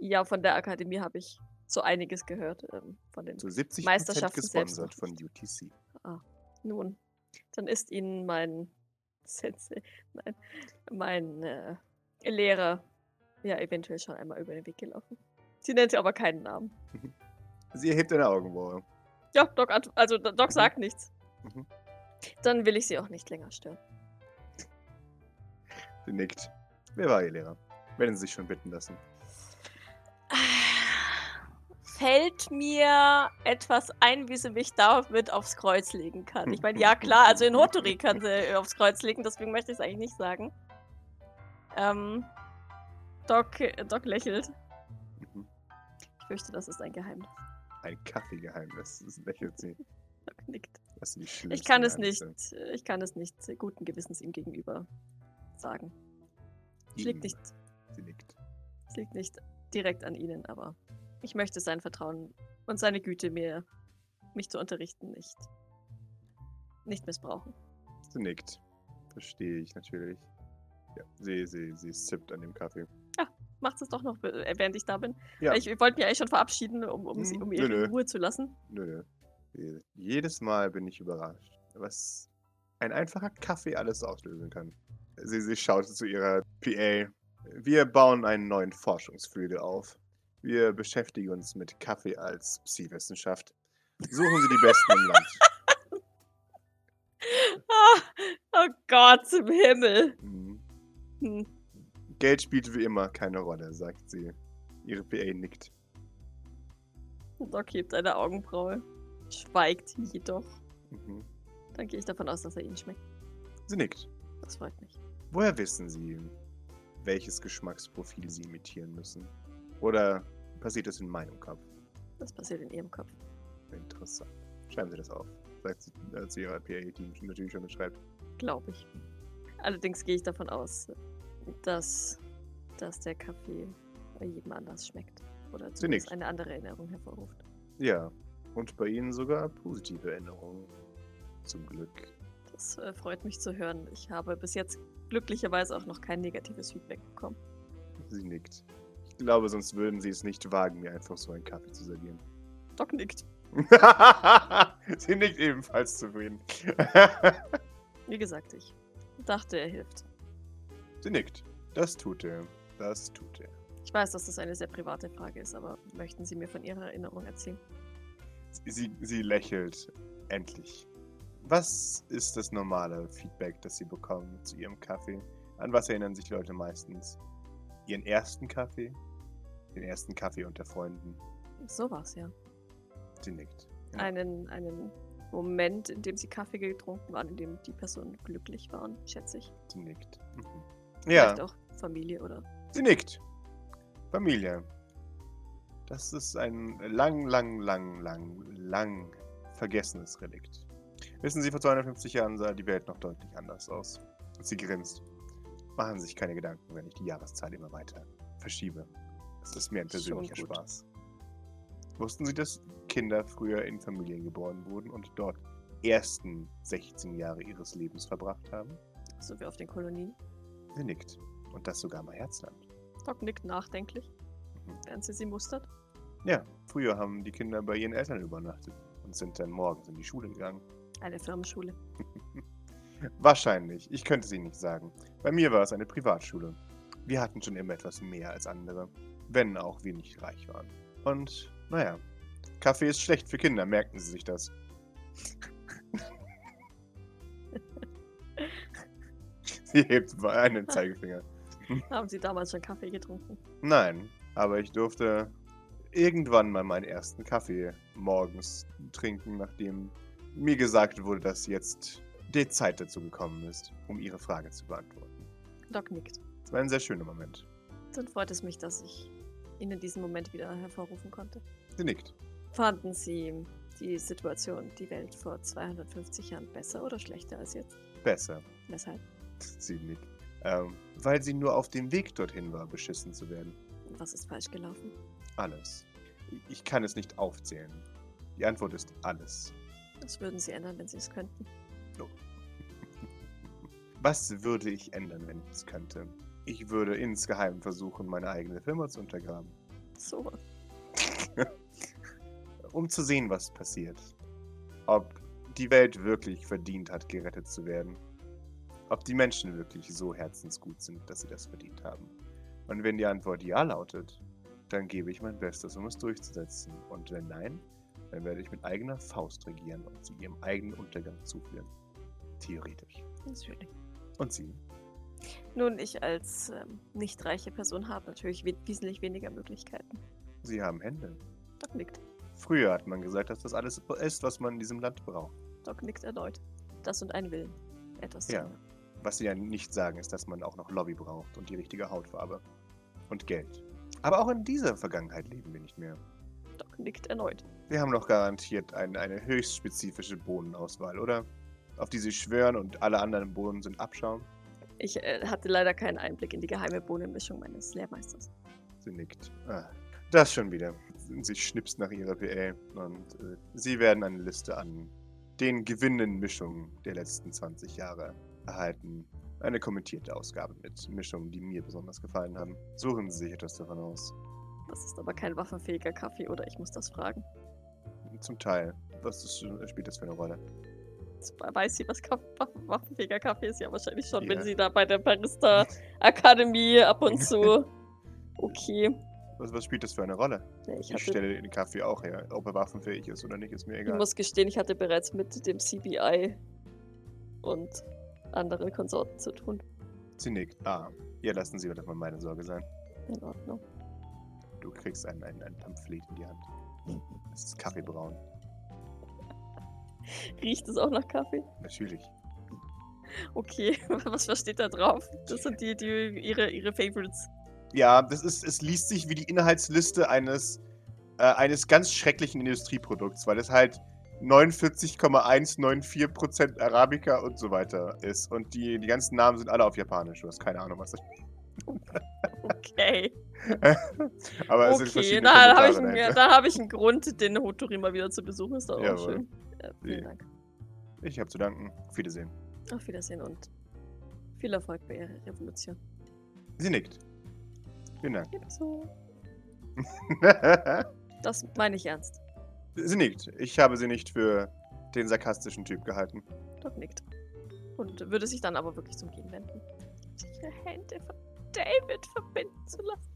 Ja, von der Akademie habe ich so einiges gehört. Ähm, von den.
zu 70
Meisterschaften selbst
gesponsert
noch
von
nicht.
UTC.
Nun, dann ist Ihnen mein Sensei, nein, mein äh, Lehrer ja eventuell schon einmal über den Weg gelaufen. Sie nennt aber keinen Namen.
Sie erhebt eine Augenbraue.
Ja, Doc, ant- also Do- Doc
Mhm.
sagt nichts.
Mhm.
Dann will ich Sie auch nicht länger stören.
Sie nickt. Wer war Ihr Lehrer? Werden Sie sich schon bitten lassen.
Fällt mir etwas ein, wie sie mich damit aufs Kreuz legen kann. Ich meine, ja klar, also in Hotori kann sie aufs Kreuz legen, deswegen möchte ich es eigentlich nicht sagen. Ähm, Doc, Doc lächelt.
Mhm.
Ich fürchte, das ist ein Geheimnis.
Ein Kaffeegeheimnis. Das lächelt sie.
Doc nickt.
Das sind die
Ich
schlimmsten
kann es nicht,
Geheimnisse.
ich kann es nicht guten Gewissens ihm gegenüber sagen. Es
Ihm.
liegt nicht,
Sie nickt.
Es liegt nicht direkt an Ihnen, aber ich möchte sein Vertrauen und seine Güte, mir mich zu unterrichten, nicht, nicht missbrauchen.
Sie nickt. Verstehe ich natürlich. Ja, sie, sie, sie sippt an dem Kaffee.
Macht es doch noch, äh, während ich da bin.
Ja.
Ich wollte mich eigentlich schon verabschieden, um, um, sie, um
Mhm.
ihr
Nö,
in
nö.
Ruhe zu lassen.
Nö, nö. Jedes Mal bin ich überrascht, was ein einfacher Kaffee alles auslösen kann. Sie, sie schaut zu ihrer PA. Wir bauen einen neuen Forschungsflügel auf. Wir beschäftigen uns mit Kaffee als Psi-Wissenschaft. Suchen Sie die Besten im Land.
Ah, oh Gott, zum Himmel.
Mhm.
Hm.
Geld spielt wie immer keine Rolle, sagt sie. Ihre PA nickt.
Doc hebt eine Augenbraue. Schweigt jedoch.
Mhm.
Dann gehe ich davon aus, dass er Ihnen schmeckt.
Sie nickt.
Das freut mich.
Woher wissen Sie, welches Geschmacksprofil Sie imitieren müssen? Oder passiert das in meinem Kopf?
Das passiert in Ihrem Kopf.
Interessant. Schreiben Sie das auf. Sagt sie äh, zu Ihrer PA, die natürlich schon schreibt.
Glaube ich. Allerdings gehe ich davon aus, dass, dass der Kaffee bei jedem anders schmeckt. Oder zumindest
nickt.
eine andere Erinnerung hervorruft.
Ja. Und bei Ihnen sogar positive Erinnerungen. Zum Glück.
Das äh, freut mich zu hören. Ich habe bis jetzt glücklicherweise auch noch kein negatives Feedback bekommen.
Sie nickt. Ich glaube, sonst würden Sie es nicht wagen, mir einfach so einen Kaffee zu servieren.
Doc nickt.
sie nickt ebenfalls zufrieden.
Wie gesagt, ich dachte, er hilft.
sie nickt. Das tut er. Das tut er.
Ich weiß, dass das eine sehr private Frage ist, aber möchten Sie mir von Ihrer Erinnerung erzählen?
Sie, sie lächelt. Endlich. Was ist das normale Feedback, das Sie bekommen zu Ihrem Kaffee? An was erinnern sich Leute meistens? Ihren ersten Kaffee? Den ersten Kaffee unter Freunden?
Sowas, ja.
Sie nickt. Ja.
Einen, einen Moment, in dem Sie Kaffee getrunken waren, in dem die Personen glücklich waren, schätze ich.
Sie nickt. Mhm. Ja,
Vielleicht auch Familie oder.
sie nickt. Familie. Das ist ein lang, lang, lang, lang, lang vergessenes Relikt. Wissen Sie, vor 250 Jahren sah die Welt noch deutlich anders aus. Sie grinst. Machen Sie sich keine Gedanken, wenn ich die Jahreszahl immer weiter verschiebe. Es ist mir ein
Schon
persönlicher
gut.
Spaß. Wussten Sie, dass Kinder früher in Familien geboren wurden und dort ersten 16 Jahre ihres Lebens verbracht haben?
So wie auf den Kolonien.
Sie nickt. Und das sogar mal Herzland.
Doc nickt nachdenklich,
Mhm.
während sie sie mustert.
Ja, früher haben die Kinder bei ihren Eltern übernachtet und sind dann morgens in die Schule gegangen.
Eine Firmenschule.
Wahrscheinlich, ich könnte es Ihnen nicht sagen. Bei mir war es eine Privatschule. Wir hatten schon immer etwas mehr als andere, wenn auch wir nicht reich waren. Und naja, Kaffee ist schlecht für Kinder, merken Sie sich das. Sie hebt einen Zeigefinger.
Haben Sie damals schon Kaffee getrunken?
Nein, aber ich durfte irgendwann mal meinen ersten Kaffee morgens trinken, nachdem mir gesagt wurde, dass jetzt die Zeit dazu gekommen ist, um Ihre Frage zu beantworten.
Doc nickt.
Es war ein sehr schöner Moment.
Dann freut es mich, dass ich Ihnen diesen Moment wieder hervorrufen konnte.
Sie nickt.
Fanden Sie die Situation, die Welt vor 250 Jahren besser oder schlechter als jetzt?
Besser.
Weshalb?
Sie nickt. Ähm, weil sie nur auf dem Weg dorthin war, beschissen zu werden.
Und was ist falsch gelaufen?
Alles. Ich kann es nicht aufzählen. Die Antwort ist alles.
Das würden Sie ändern, wenn Sie es könnten.
Was würde ich ändern, wenn ich es könnte? Ich würde insgeheim versuchen, meine eigene Firma zu untergraben.
So,
um zu sehen, was passiert. Ob die Welt wirklich verdient hat, gerettet zu werden. Ob die Menschen wirklich so herzensgut sind, dass sie das verdient haben. Und wenn die Antwort ja lautet, dann gebe ich mein Bestes, um es durchzusetzen. Und wenn nein, dann werde ich mit eigener Faust regieren und zu ihrem eigenen Untergang zuführen. Theoretisch.
natürlich.
Und sie?
Nun, ich als ähm, nicht reiche Person habe natürlich we wesentlich weniger Möglichkeiten.
Sie haben Hände.
Doc nickt.
Früher hat man gesagt, dass das alles ist, was man in diesem Land braucht.
Doc nickt erneut. Das und ein Willen. Etwas zu
Ja.
ändern.
Was sie ja nicht sagen, ist, dass man auch noch Lobby braucht und die richtige Hautfarbe. Und Geld. Aber auch in dieser Vergangenheit leben wir nicht mehr.
Doc nickt erneut.
Wir haben doch garantiert ein, eine höchst spezifische Bohnenauswahl, oder? Auf die sie schwören und alle anderen Bohnen sind Abschaum.
Ich äh, hatte leider keinen Einblick in die geheime Bohnenmischung meines Lehrmeisters.
Sie nickt. Ah, das schon wieder. Sie schnipst nach ihrer PL und äh, sie werden eine Liste an den gewinnenden Mischungen der letzten 20 Jahre erhalten. Eine kommentierte Ausgabe mit Mischungen, die mir besonders gefallen haben. Suchen Sie sich etwas davon aus.
Das ist aber kein waffenfähiger Kaffee, oder ich muss das fragen.
Zum Teil. Was ist, äh, spielt das für eine Rolle?
Jetzt Weiß sie, was Kaff- waffen- waffenfähiger Kaffee ist? Ja, wahrscheinlich schon, wenn sie da bei der Barista Akademie ab und zu. Okay.
Was, was spielt das für eine Rolle?
Nee, ich
Ich
hatte
stelle den Kaffee auch her. Ob er waffenfähig ist oder nicht, ist mir
Ich
egal.
muss gestehen, ich hatte bereits mit dem CBI und anderen Konsorten zu tun.
Sie nickt. Ah, ja, lassen Sie doch mal meine Sorge sein.
In Ordnung.
Du kriegst ein, ein, ein Pamphlet in die Hand. Es ist kaffeebraun.
Riecht es auch nach Kaffee?
Natürlich.
Okay, was was steht da drauf? Das sind die, die ihre, ihre Favorites.
Ja, das ist, es liest sich wie die Inhaltsliste eines, äh, eines ganz schrecklichen Industrieprodukts, weil es halt 49,194% Arabica und so weiter ist. Und die, die ganzen Namen sind alle auf Japanisch. Du hast keine Ahnung, was das
Okay.
ist. Aber es sind
okay,
verschiedene
da habe ich,
Kommentare
einen-
dahinter.
da hab ich einen Grund, den Hotori mal wieder zu besuchen. Ist doch auch
Jawohl.
schön. Ja, vielen
Ja.
Dank.
Ich habe zu danken. Auf Wiedersehen.
Auf Wiedersehen und viel Erfolg bei Ihrer Revolution.
Sie nickt. Vielen Dank.
Ebenso. Das meine ich ernst.
sie nickt. Ich habe sie nicht für den sarkastischen Typ gehalten.
Doc nickt. Und würde sich dann aber wirklich zum Gehen wenden. Ihre Hände von David verbinden zu lassen.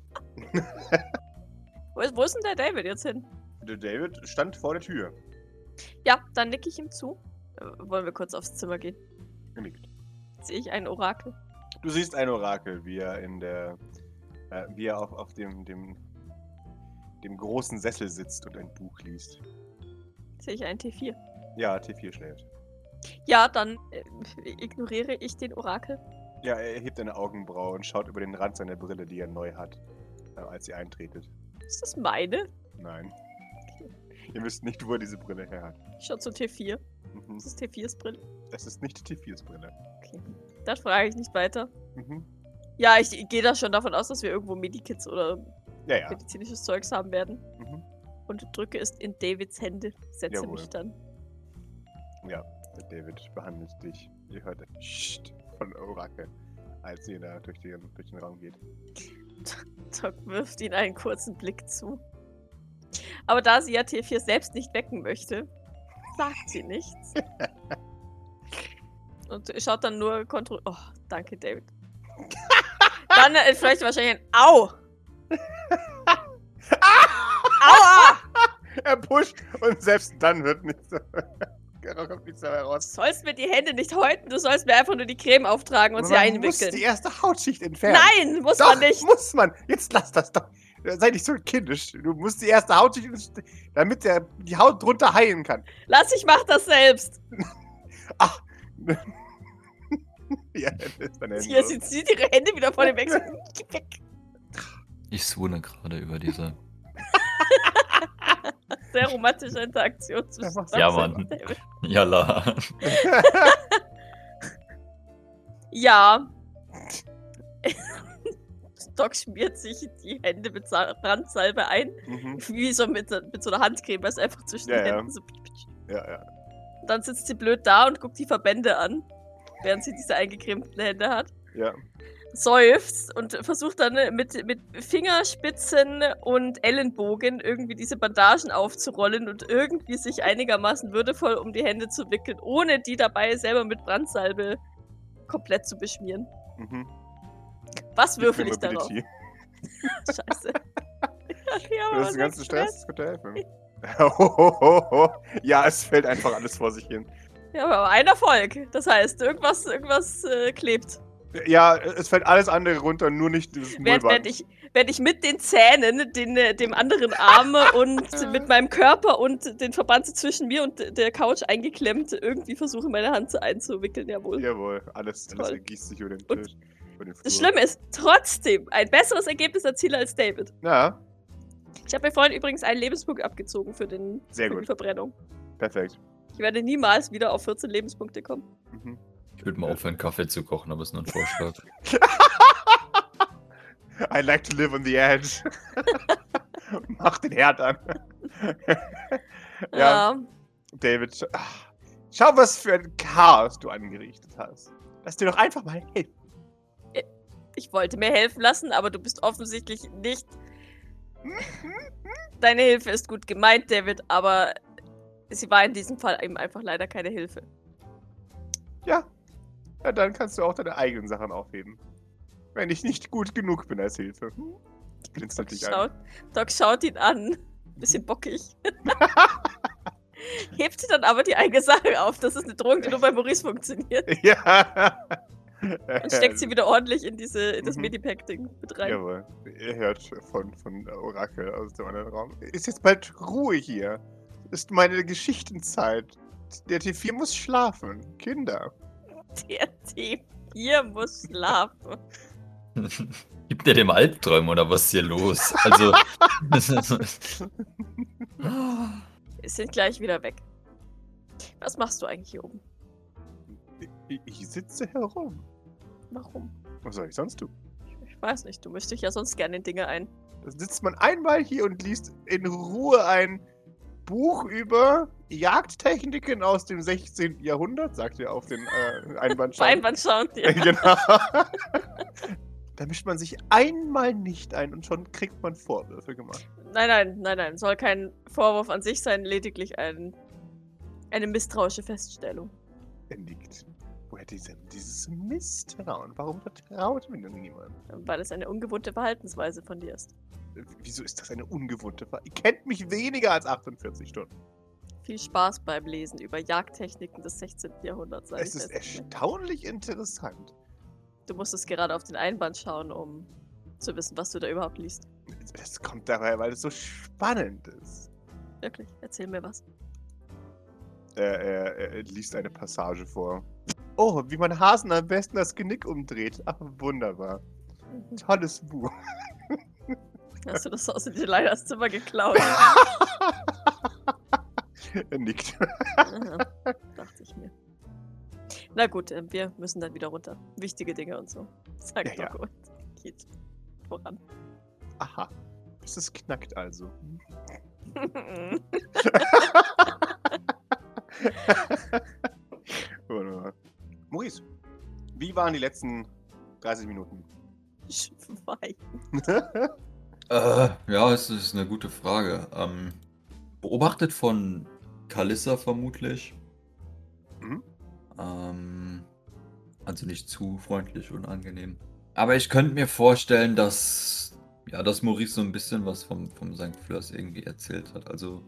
wo, ist, wo ist denn der David jetzt hin?
Der David stand vor der Tür.
Ja, dann nicke ich ihm zu. Äh, wollen wir kurz aufs Zimmer gehen?
Er nickt.
Sehe ich ein Orakel?
Du siehst ein Orakel, wie er in der, äh, wie er auf, auf dem, dem, dem großen Sessel sitzt und ein Buch liest.
Sehe ich ein T4?
Ja, T4 schläft.
Ja, dann äh, ignoriere ich den Orakel.
Ja, er hebt eine Augenbraue und schaut über den Rand seiner Brille, die er neu hat, äh, als sie eintretet.
Ist das meine?
Nein. Ihr wisst nicht, wo er diese Brille her hat.
Ich schaue zu T4.
Mhm.
Ist das T4s Brille?
Es ist nicht T4s Brille.
Okay. Dann frage ich nicht weiter.
Mhm.
Ja, ich gehe da schon davon aus, dass wir irgendwo Medikits oder
Ja, ja.
medizinisches Zeugs haben werden.
Mhm.
und drücke es in Davids Hände, setze
Jawohl.
mich dann.
Der David behandelt dich. Ihr hört ein Psst von Orakel, als ihr da durch den, durch den Raum geht.
Doc wirft ihn einen kurzen Blick zu. Aber da sie ja T4 selbst nicht wecken möchte, sagt sie nichts. Und schaut dann nur kontroll. Oh, danke, David. Dann äh, vielleicht wahrscheinlich ein Au! Aua!
Er pusht und selbst dann wird nichts. Genau, kommt nichts dabei
Du
raus.
sollst mir die Hände nicht häuten, du sollst mir einfach nur die Creme auftragen und sie
Man muss
einwickeln.
die erste Hautschicht entfernen.
Nein, muss
doch,
man nicht!
muss man. Jetzt lass das doch. Sei nicht so kindisch. Du musst die erste Hautschicht, entst- damit der, die Haut drunter heilen kann.
Lass, ich mach das selbst!
Ja, das ist dann
Hier, sie zieht ihre Hände wieder vor dem Wechsel. Geh weg.
Ich swoone gerade über diese.
Sehr romantische Interaktion zwischen
Ja,
Doc
ja,
und
Mann.
David.
Jalla.
Ja. Doc schmiert sich die Hände mit Sa- Brandsalbe ein,
mhm.
wie so mit, mit so einer Handcreme, was einfach zwischen
Ja,
den
ja.
Händen so. pitsch, pitsch.
ja, ja.
Und dann sitzt sie blöd da und guckt die Verbände an, während sie diese eingecremten Hände hat.
ja.
seufzt und versucht dann äh, mit, mit Fingerspitzen und Ellenbogen irgendwie diese Bandagen aufzurollen und irgendwie sich einigermaßen würdevoll um die Hände zu wickeln, ohne die dabei selber mit Brandsalbe komplett zu beschmieren.
Mhm.
Was würfel ich darauf?
Mobility.
Scheiße. ja,
Du
aber
hast den ganzen
was
Stress, das könnte helfen. Hohohoho. Ja, es fällt einfach alles vor sich hin.
Ja, aber ein Erfolg. Das heißt, irgendwas, irgendwas äh, klebt.
Ja, es fällt alles andere runter, nur nicht dieses
Während,
Müllband.
während, ich, während ich mit den Zähnen, den, äh, dem anderen Arm und mit meinem Körper und den Verband zwischen mir und der Couch eingeklemmt irgendwie versuche, meine Hand einzuwickeln, jawohl.
Jawohl, alles, alles
Toll.
ergießt sich über den
Und-
Tisch. über den
Das
Flur.
Schlimme ist, trotzdem ein besseres Ergebnis erziele als David.
Ja,
Ich habe mir vorhin übrigens einen Lebenspunkt abgezogen für, den,
Sehr
für die
gut.
Verbrennung.
perfekt.
Ich werde niemals wieder auf 14 Lebenspunkte kommen.
Mhm.
Ich würde mal aufhören, Kaffee zu kochen, aber es ist nur ein Vorschlag.
I like to live on the edge. Mach den Herd an. ja,
Ja.
David, sch- ach, schau, was für ein Chaos du angerichtet hast. Lass dir doch einfach mal helfen.
Ich wollte mir helfen lassen, aber du bist offensichtlich nicht. Deine Hilfe ist gut gemeint, David, aber sie war in diesem Fall eben einfach leider keine Hilfe.
Ja, dann kannst du auch deine eigenen Sachen aufheben. Wenn ich nicht gut genug bin als Hilfe. Hm? Blinzelt dich an.
Schaut, Doc schaut ihn an. Bisschen bockig. Hebt sie dann aber die eigene Sache auf. Das ist eine Drohung, die nur bei Maurice funktioniert.
Ja.
Und steckt sie wieder ordentlich in, diese, in das
Äh, Mhm.
Medipack-Ding mit rein.
Jawohl. Ihr hört von, von Orakel aus dem anderen Raum. Ist jetzt bald Ruhe hier. Ist meine Geschichtenzeit. Der T4 muss schlafen. Kinder.
Der Typ hier muss schlafen.
Gibt der dem Albträume oder was ist hier los? Also.
Wir sind gleich wieder weg. Was machst du eigentlich hier oben?
Ich, ich sitze herum.
Warum?
Was soll ich sonst tun?
Ich weiß nicht, du mischst dich ja sonst gerne in Dinge ein.
Da sitzt man einmal hier und liest in Ruhe ein Buch über Jagdtechniken aus dem 16. Jahrhundert, sagt er auf den äh, Einband.
Vereinband schauen dir.
genau. da mischt man sich einmal nicht ein und schon kriegt man Vorwürfe gemacht.
Nein, nein, nein, nein. Soll kein Vorwurf an sich sein, lediglich ein, eine misstrauische Feststellung.
Er nickt. Woher diese, dieses Misstrauen? Warum vertraut mir denn niemand? Äh,
Weil es eine ungewohnte Verhaltensweise von dir ist.
W- Wieso ist das eine ungewohnte Frage? Ihr kennt mich weniger als 48 Stunden.
Viel Spaß beim Lesen über Jagdtechniken des 16. Jahrhunderts. sag ich
Es ist
jetzt nicht.
erstaunlich interessant.
Du musstest gerade auf den Einband schauen, um zu wissen, was du da überhaupt liest.
Das kommt dabei, weil es so spannend ist.
Wirklich, erzähl mir was.
Er, er, er liest eine Passage vor. Oh, wie man Hasen am besten das Genick umdreht. Ach, wunderbar. Tolles Buch.
Hast du das aus dem Leilas Zimmer geklaut?
Er nickt.
Aha, Dachte ich mir. Na gut, ähm, wir müssen dann wieder runter. Wichtige Dinge und so. Sagt
Ja, ja.
Doc und geht voran.
Aha. Es ist knackt also. Wunderbar. Maurice, wie waren die letzten 30 Minuten?
Schweig.
Äh, ja, es ist eine gute Frage. Ähm, beobachtet von Kalissa vermutlich.
Mhm.
Ähm, also nicht zu freundlich und angenehm. Aber ich könnte mir vorstellen, dass, ja, dass Maurice so ein bisschen was vom, vom St. Flörs irgendwie erzählt hat. Also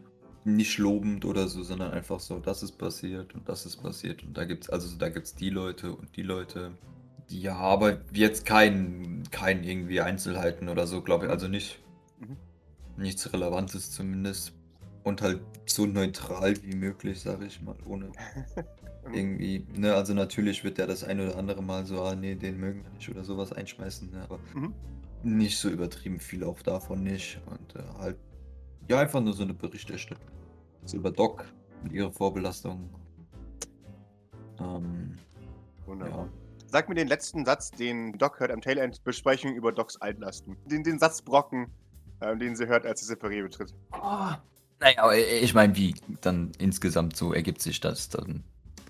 nicht lobend oder so, sondern einfach so, das ist passiert und das ist passiert. Und da gibt's, also da gibt's die Leute und die Leute. Ja, aber jetzt kein, kein irgendwie Einzelheiten oder so, glaube ich. Also nicht.
Mhm.
Nichts Relevantes zumindest. Und halt so neutral wie möglich, sage ich mal, ohne irgendwie, ne, also natürlich wird der das ein oder andere Mal so, ah nee, den mögen wir nicht oder sowas einschmeißen, ne, aber
Mhm.
nicht so übertrieben viel auch davon nicht und äh, halt, ja, einfach nur so eine Berichterstattung. So über Doc und ihre Vorbelastung. Ähm,
Wunderbar.
ja.
Sag mir den letzten Satz, den Doc hört am Tailend Besprechung über Docs Altlasten. Den, den Satzbrocken, ähm, den sie hört, als sie Separé betritt.
Oh. Naja, aber ich meine, wie dann insgesamt so ergibt sich das dann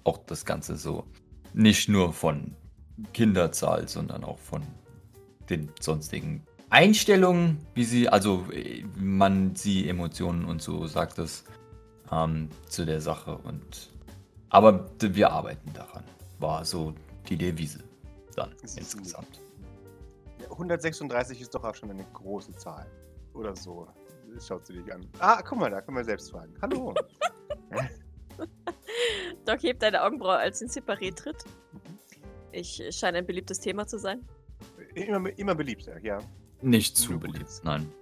auch das Ganze so. Nicht nur von Kinderzahl, sondern auch von den sonstigen Einstellungen, wie sie, also äh, man sie Emotionen und so sagt es ähm, zu der Sache und aber d- wir arbeiten daran. War so die Devise dann
Das ist
insgesamt.
Ja, 136 ist doch auch schon eine große Zahl. Oder so. Schaut sie dich an. Ah, guck mal, da können wir selbst fragen. Hallo.
Doc hebt deine Augenbraue, als sie in Separé tritt.
Mhm.
Ich äh, scheine ein beliebtes Thema zu sein.
immer, immer beliebter, ja.
Nicht zu
Nur
beliebt,
gut.
nein.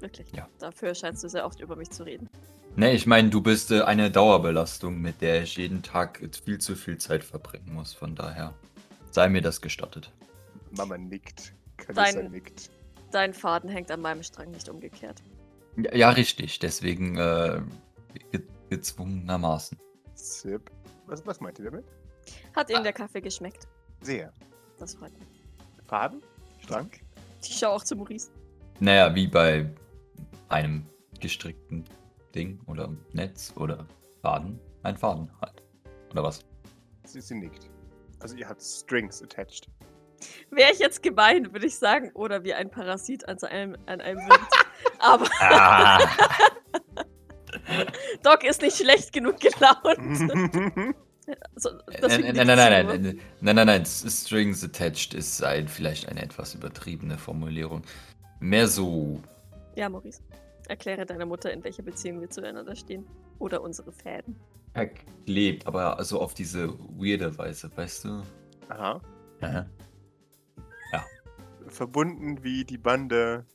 Wirklich.
Ja.
Dafür scheinst du sehr oft über mich zu reden.
Ne, ich meine, du bist äh, eine Dauerbelastung, mit der ich jeden Tag äh, viel zu viel Zeit verbringen muss. Von daher sei mir das gestattet.
Mama nickt. Kalissa
Dein-
nickt.
Dein Faden hängt an meinem Strang nicht umgekehrt.
Ja, ja richtig. Deswegen äh, ge gezwungenermaßen.
Zip. Was, was meint ihr damit?
Hat
Ah.
Ihnen der Kaffee geschmeckt?
Sehr.
Das freut mich.
Farben? Schrank?
Ich schaue auch zu Maurice.
Naja, wie bei einem gestrickten Ding oder Netz oder Faden. Ein Faden halt. Oder was?
Sie, sie nickt. Also ihr habt Strings attached.
Wäre ich jetzt gemein, würde ich sagen, oder wie ein Parasit an so einem, an einem Wind. Aber
Ah,
Doc ist nicht schlecht genug
Mhm.
gelaunt. Also, So,
nein,
deswegen
Äh,
nickt
nein, nein, nein,
sie
nein,
nur.
nein, äh, nein, nein, nein, Strings attached ist ein, vielleicht eine etwas übertriebene Formulierung. Mehr so
Ja, Maurice. Erkläre deiner Mutter, in welcher Beziehung wir zueinander stehen. Oder unsere Fäden.
verklebt, aber so auf diese weirde Weise, weißt du?
Aha.
Ja.
Verbunden wie die Bande.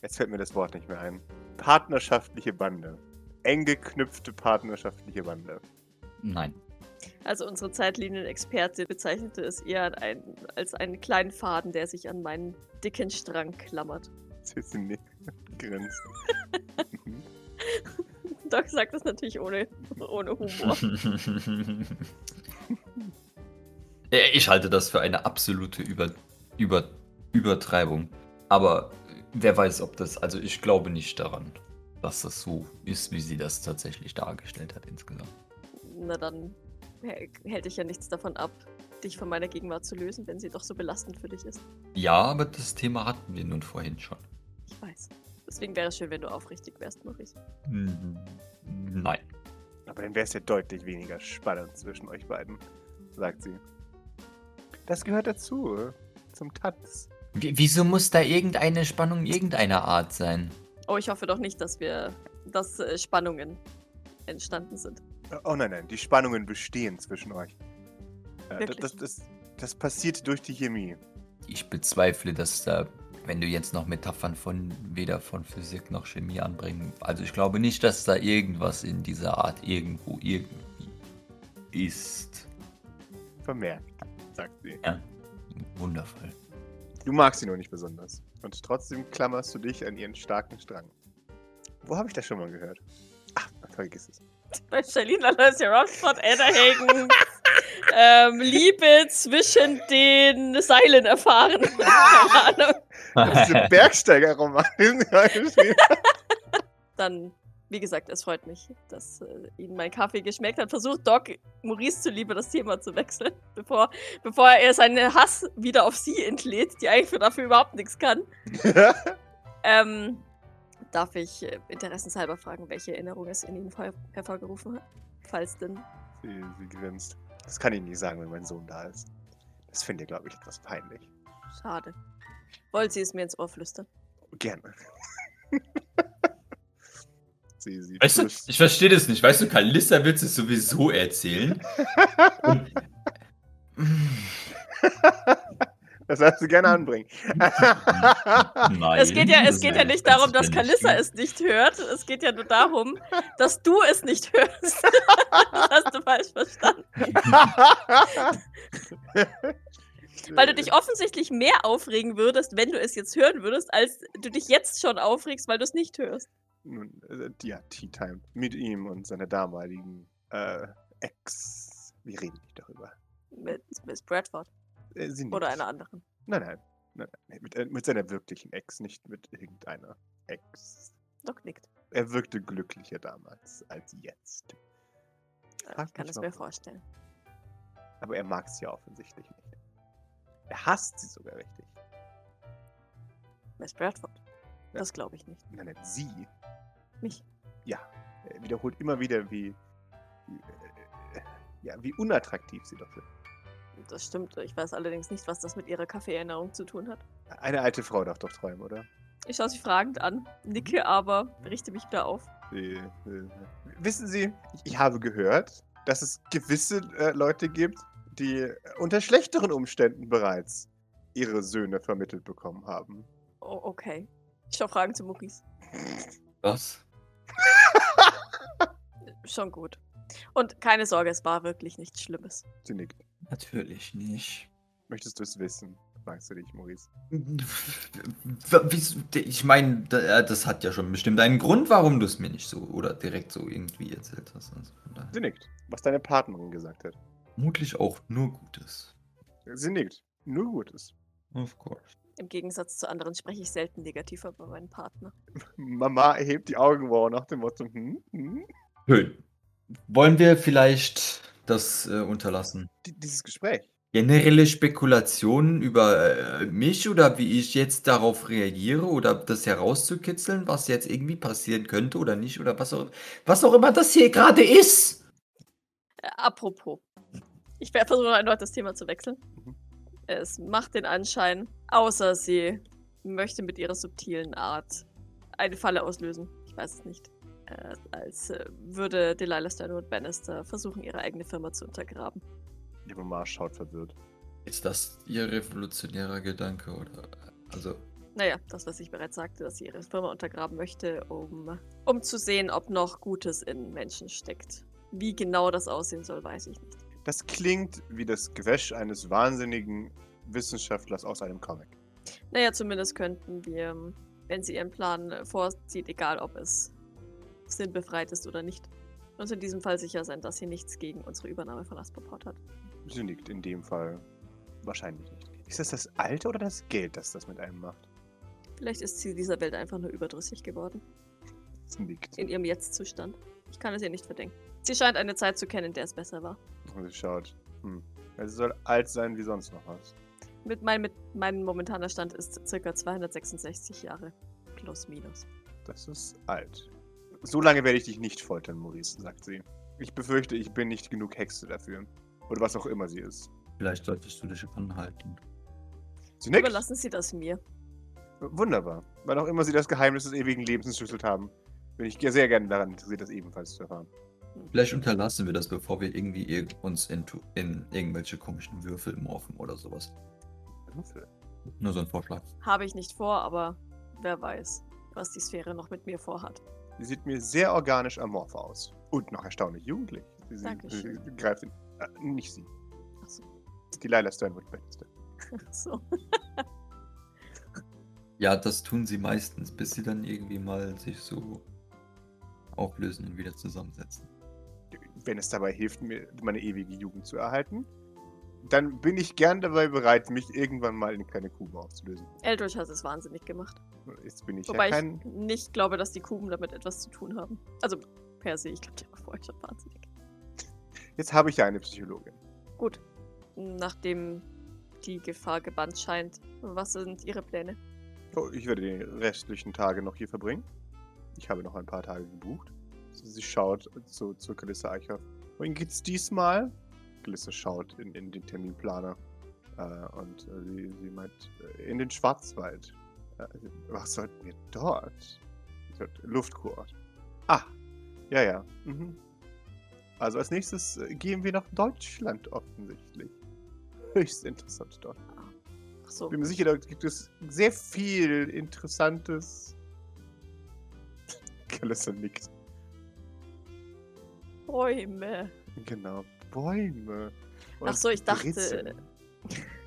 Jetzt fällt mir das Wort nicht mehr ein. Partnerschaftliche Bande. Eng geknüpfte partnerschaftliche Bande.
Nein.
Also unsere Zeitlinienexperte bezeichnete es eher ein, als einen kleinen Faden, der sich an meinen dicken Strang klammert.
Sie sie nickt. Grinst.
Doc sagt das natürlich ohne, ohne Humor.
Ja, ich halte das für eine absolute Über Über Übertreibung. Aber wer weiß, ob das. Also, ich glaube nicht daran, dass das so ist, wie sie das tatsächlich dargestellt hat insgesamt.
Na dann hä- hält dich ja nichts davon ab, dich von meiner Gegenwart zu lösen, wenn sie doch so belastend für dich ist.
Ja, aber das Thema hatten wir nun vorhin schon.
Ich weiß. Deswegen wäre es schön, wenn du aufrichtig wärst, Maurice.
Hm, Nein.
Aber dann wäre es ja deutlich weniger spannend zwischen euch beiden, sagt sie. Das gehört dazu. Zum Tanz.
W wieso muss da irgendeine Spannung irgendeiner Art sein?
Oh, ich hoffe doch nicht, dass wir, dass äh, Spannungen entstanden sind.
Oh nein, nein, die Spannungen bestehen zwischen euch. Äh,
Wirklich?
das, das, das, das passiert durch die Chemie.
Ich bezweifle, dass da, wenn du jetzt noch Metaphern von weder von Physik noch Chemie anbringen, also ich glaube nicht, dass da irgendwas in dieser Art irgendwo irgendwie ist.
Vermerkt, sagt sie.
Wundervoll.
Du magst sie nur nicht besonders. Und trotzdem klammerst du dich an ihren starken Strang. Wo habe ich das schon mal gehört? Ach, vergiss es.
Bei Charlene Aloysia Rothford, Ada Hagen, ähm, Liebe zwischen den Seilen erfahren. Keine Ahnung.
Das ist ein Bergsteiger-Roman, den sie mal geschrieben hat.
Dann, wie gesagt, es freut mich, dass äh, Ihnen mein Kaffee geschmeckt hat. Versucht Doc Maurice zuliebe das Thema zu wechseln, bevor, bevor er seinen Hass wieder auf sie entlädt, die eigentlich für dafür überhaupt nichts kann. Ähm, darf ich äh, interessenshalber fragen, welche Erinnerung es in Ihnen hervor- hervorgerufen hat? Falls denn.
sie, sie grinst. Das kann ich nicht sagen, wenn mein Sohn da ist. Das finde ich, glaube ich, etwas peinlich.
Schade. Wollt Sie es mir ins Ohr flüstern?
Gerne. sie, sie
Weißt du,
flüstert-
ich verstehe das nicht. Weißt du, Kalissa wird es sowieso erzählen. Und-
Das darfst du gerne anbringen.
Nein,
Es geht ja, es
das
geht
ist
ja
eine
nicht darum, dass
ganz
Kalissa
kleine
es nicht hört. Es geht ja nur darum, dass du es nicht hörst. das hast du falsch verstanden. Weil du dich offensichtlich mehr aufregen würdest, wenn du es jetzt hören würdest, als du dich jetzt schon aufregst, weil du es nicht hörst.
Nun, äh, ja, Tea Time. Mit ihm und seiner damaligen äh, Ex. Wir reden nicht darüber.
Mit Miss Bradford
Äh, sie
oder
nicht.
einer anderen.
Nein, nein. nein, nein. Mit, äh, mit seiner wirklichen Ex, nicht mit irgendeiner Ex.
Doc nickt.
Er wirkte glücklicher damals als jetzt.
Äh,
Frag
Ich kann
mich
es mir
warum.
vorstellen.
Aber er mag sie ja offensichtlich nicht. Er hasst sie sogar richtig.
Miss Bradford.
Ja.
Das glaube ich nicht.
Nein, nein, sie
Mich.
äh, wiederholt immer wieder, wie, wie, äh, ja, wie unattraktiv sie doch sind.
Das stimmt. Ich weiß allerdings nicht, was das mit ihrer Kaffeeerinnerung zu tun hat.
Eine alte Frau darf doch träumen, oder?
Ich schaue sie fragend an,
Mhm.
nicke aber, richte mich wieder auf.
Äh, äh, Wissen Sie, ich- ich habe gehört, dass es gewisse äh, Leute gibt, die äh, unter schlechteren Umständen bereits ihre Söhne vermittelt bekommen haben.
Oh, okay. Ich schaue Fragen zu Maurice.
Was?
Schon gut. Und keine Sorge, es war wirklich nichts Schlimmes.
Sie nickt.
Natürlich nicht.
Möchtest du es wissen? Magst du dich, Maurice?
Wieso- Ich meine, da- äh, das hat ja schon bestimmt einen Grund, warum du es mir nicht so oder direkt so irgendwie erzählt hast. Also von daher.
Sie nickt, was deine Partnerin gesagt hat.
Vermutlich auch nur Gutes.
Sie nickt. Nur Gutes.
Of course.
Im Gegensatz zu anderen spreche ich selten negativ über meinen Partner.
Mama erhebt die Augenbrauen nach dem Motto, hm, hm.
Schön. Wollen wir vielleicht das äh, unterlassen?
Die, dieses Gespräch.
Generelle Spekulationen über äh, mich oder wie ich jetzt darauf reagiere oder das herauszukitzeln, was jetzt irgendwie passieren könnte oder nicht oder was auch, was auch immer das hier gerade ist.
Äh, apropos. Ich werde versuchen, einfach das Thema zu wechseln.
Mhm.
Es macht den Anschein, außer sie möchte mit ihrer subtilen Art eine Falle auslösen. Ich weiß es nicht. Äh, als äh, würde Delilah Sternwood Bannister versuchen, ihre eigene Firma zu untergraben.
Die Mama schaut verwirrt.
Ist das Ihr revolutionärer Gedanke oder? Also,
Naja, das, was ich bereits sagte, dass sie ihre Firma untergraben möchte, um, um zu sehen, ob noch Gutes in Menschen steckt. Wie genau das aussehen soll, weiß ich nicht.
Das klingt wie das Gewäsch eines wahnsinnigen Wissenschaftlers aus einem Comic.
Naja, zumindest könnten wir, ähm, wenn sie ihren Plan äh, vorzieht, egal ob es sinnbefreit ist oder nicht, uns in diesem Fall sicher sein, dass sie nichts gegen unsere Übernahme von Asperport hat.
Sie nickt in dem Fall wahrscheinlich nicht. Ist das das Alte oder das Geld, das das mit einem macht?
Vielleicht ist sie dieser Welt einfach nur überdrüssig geworden,
Sie nickt.
in ihrem Jetzt-Zustand. Ich kann es ihr nicht verdenken. Sie scheint eine Zeit zu kennen, in der es besser war.
Und sie schaut. Hm. Es soll alt sein wie sonst noch was.
Mit, mein, mit meinem momentaner Stand ist ca. 266 Jahre. Plus, minus.
Das ist alt. So lange werde ich dich nicht foltern, Maurice, sagt sie. Ich befürchte, ich bin nicht genug Hexe dafür. Oder was auch immer sie ist.
vielleicht solltest du dich anhalten.
Sie nickt.
Überlassen Sie das mir.
Wunderbar. Wann auch immer sie das Geheimnis des ewigen Lebens entschlüsselt haben, bin ich sehr gerne daran interessiert, das ebenfalls zu erfahren.
Vielleicht unterlassen wir das, bevor wir irgendwie ir- uns in, tu- in irgendwelche komischen Würfel morphen oder sowas. Nur so ein Vorschlag.
Habe ich nicht vor, aber wer weiß, was die Sphäre noch mit mir vorhat.
Sie sieht mir sehr organisch amorph aus. Und noch erstaunlich jugendlich. Sie, sie, sie
Dankeschön.
greift in, äh, nicht sie.
Ach so.
Die Lila Sternwood Bannister.
So.
Ja, das tun sie meistens, bis sie dann irgendwie mal sich so auflösen und wieder zusammensetzen.
Wenn es dabei hilft, mir meine ewige Jugend zu erhalten, dann bin ich gern dabei bereit, mich irgendwann mal in kleine Kuben aufzulösen.
Eldritch hat es wahnsinnig gemacht.
Jetzt bin ich
Wobei
ja kein.
ich nicht glaube, dass die Kuben damit etwas zu tun haben. Also per se, ich glaube, der war vorher schon wahnsinnig.
Jetzt habe ich ja eine Psychologin.
Gut. Nachdem die Gefahr gebannt scheint, was sind Ihre Pläne?
Oh, ich werde die restlichen Tage noch hier verbringen. Ich habe noch ein paar Tage gebucht. Sie schaut zu, zu Kalissa Eichhoff. Wohin geht's diesmal? Kalissa schaut in, in den Terminplaner. Äh, und äh, sie, sie meint, äh, in den Schwarzwald. Äh, was sollten wir dort? Sie sagt, Luftkurort. Ah, ja, ja. Mhm. Also als nächstes äh, gehen wir nach Deutschland offensichtlich. Höchst interessant dort.
Ach so.
Ich bin mir sicher, da gibt es sehr viel Interessantes. Kalissa nickt.
Bäume.
Genau. Bäume.
Ach so, ich dachte- äh,
Ritzen.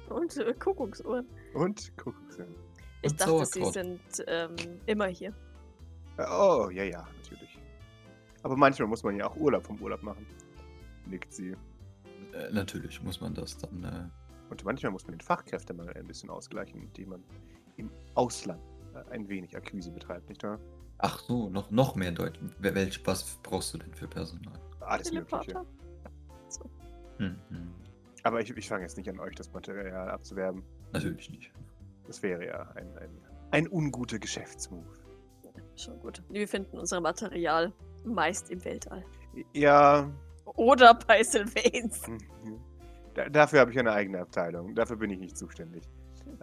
Und äh, Kuckucksuhren.
Und Kuckucksen.
Ich
Und
dachte, Sie
Sauerkraut.
sind ähm, immer hier.
Äh, Oh, ja, ja, natürlich. Aber manchmal muss man ja auch Urlaub vom Urlaub machen. Nickt sie.
Äh, natürlich muss man das dann. Äh,
Und manchmal muss man den Fachkräftemangel ein bisschen ausgleichen, indem man im Ausland äh, ein wenig Akquise betreibt, nicht wahr?
ach so, noch, noch mehr deuten. Wel- Welch, was brauchst du denn für Personal?
Alles Mögliche.
Teleporter.
Hm, hm.
Aber ich, ich fange jetzt nicht an, euch das Material abzuwerben.
Natürlich nicht.
Das wäre ja ein, ein, ein unguter Geschäftsmove.
Schon gut. Wir finden unser Material meist im Weltall.
Ja,
Oder bei Sylvains.
Mhm. Da, dafür habe ich eine eigene Abteilung. Dafür bin ich nicht zuständig.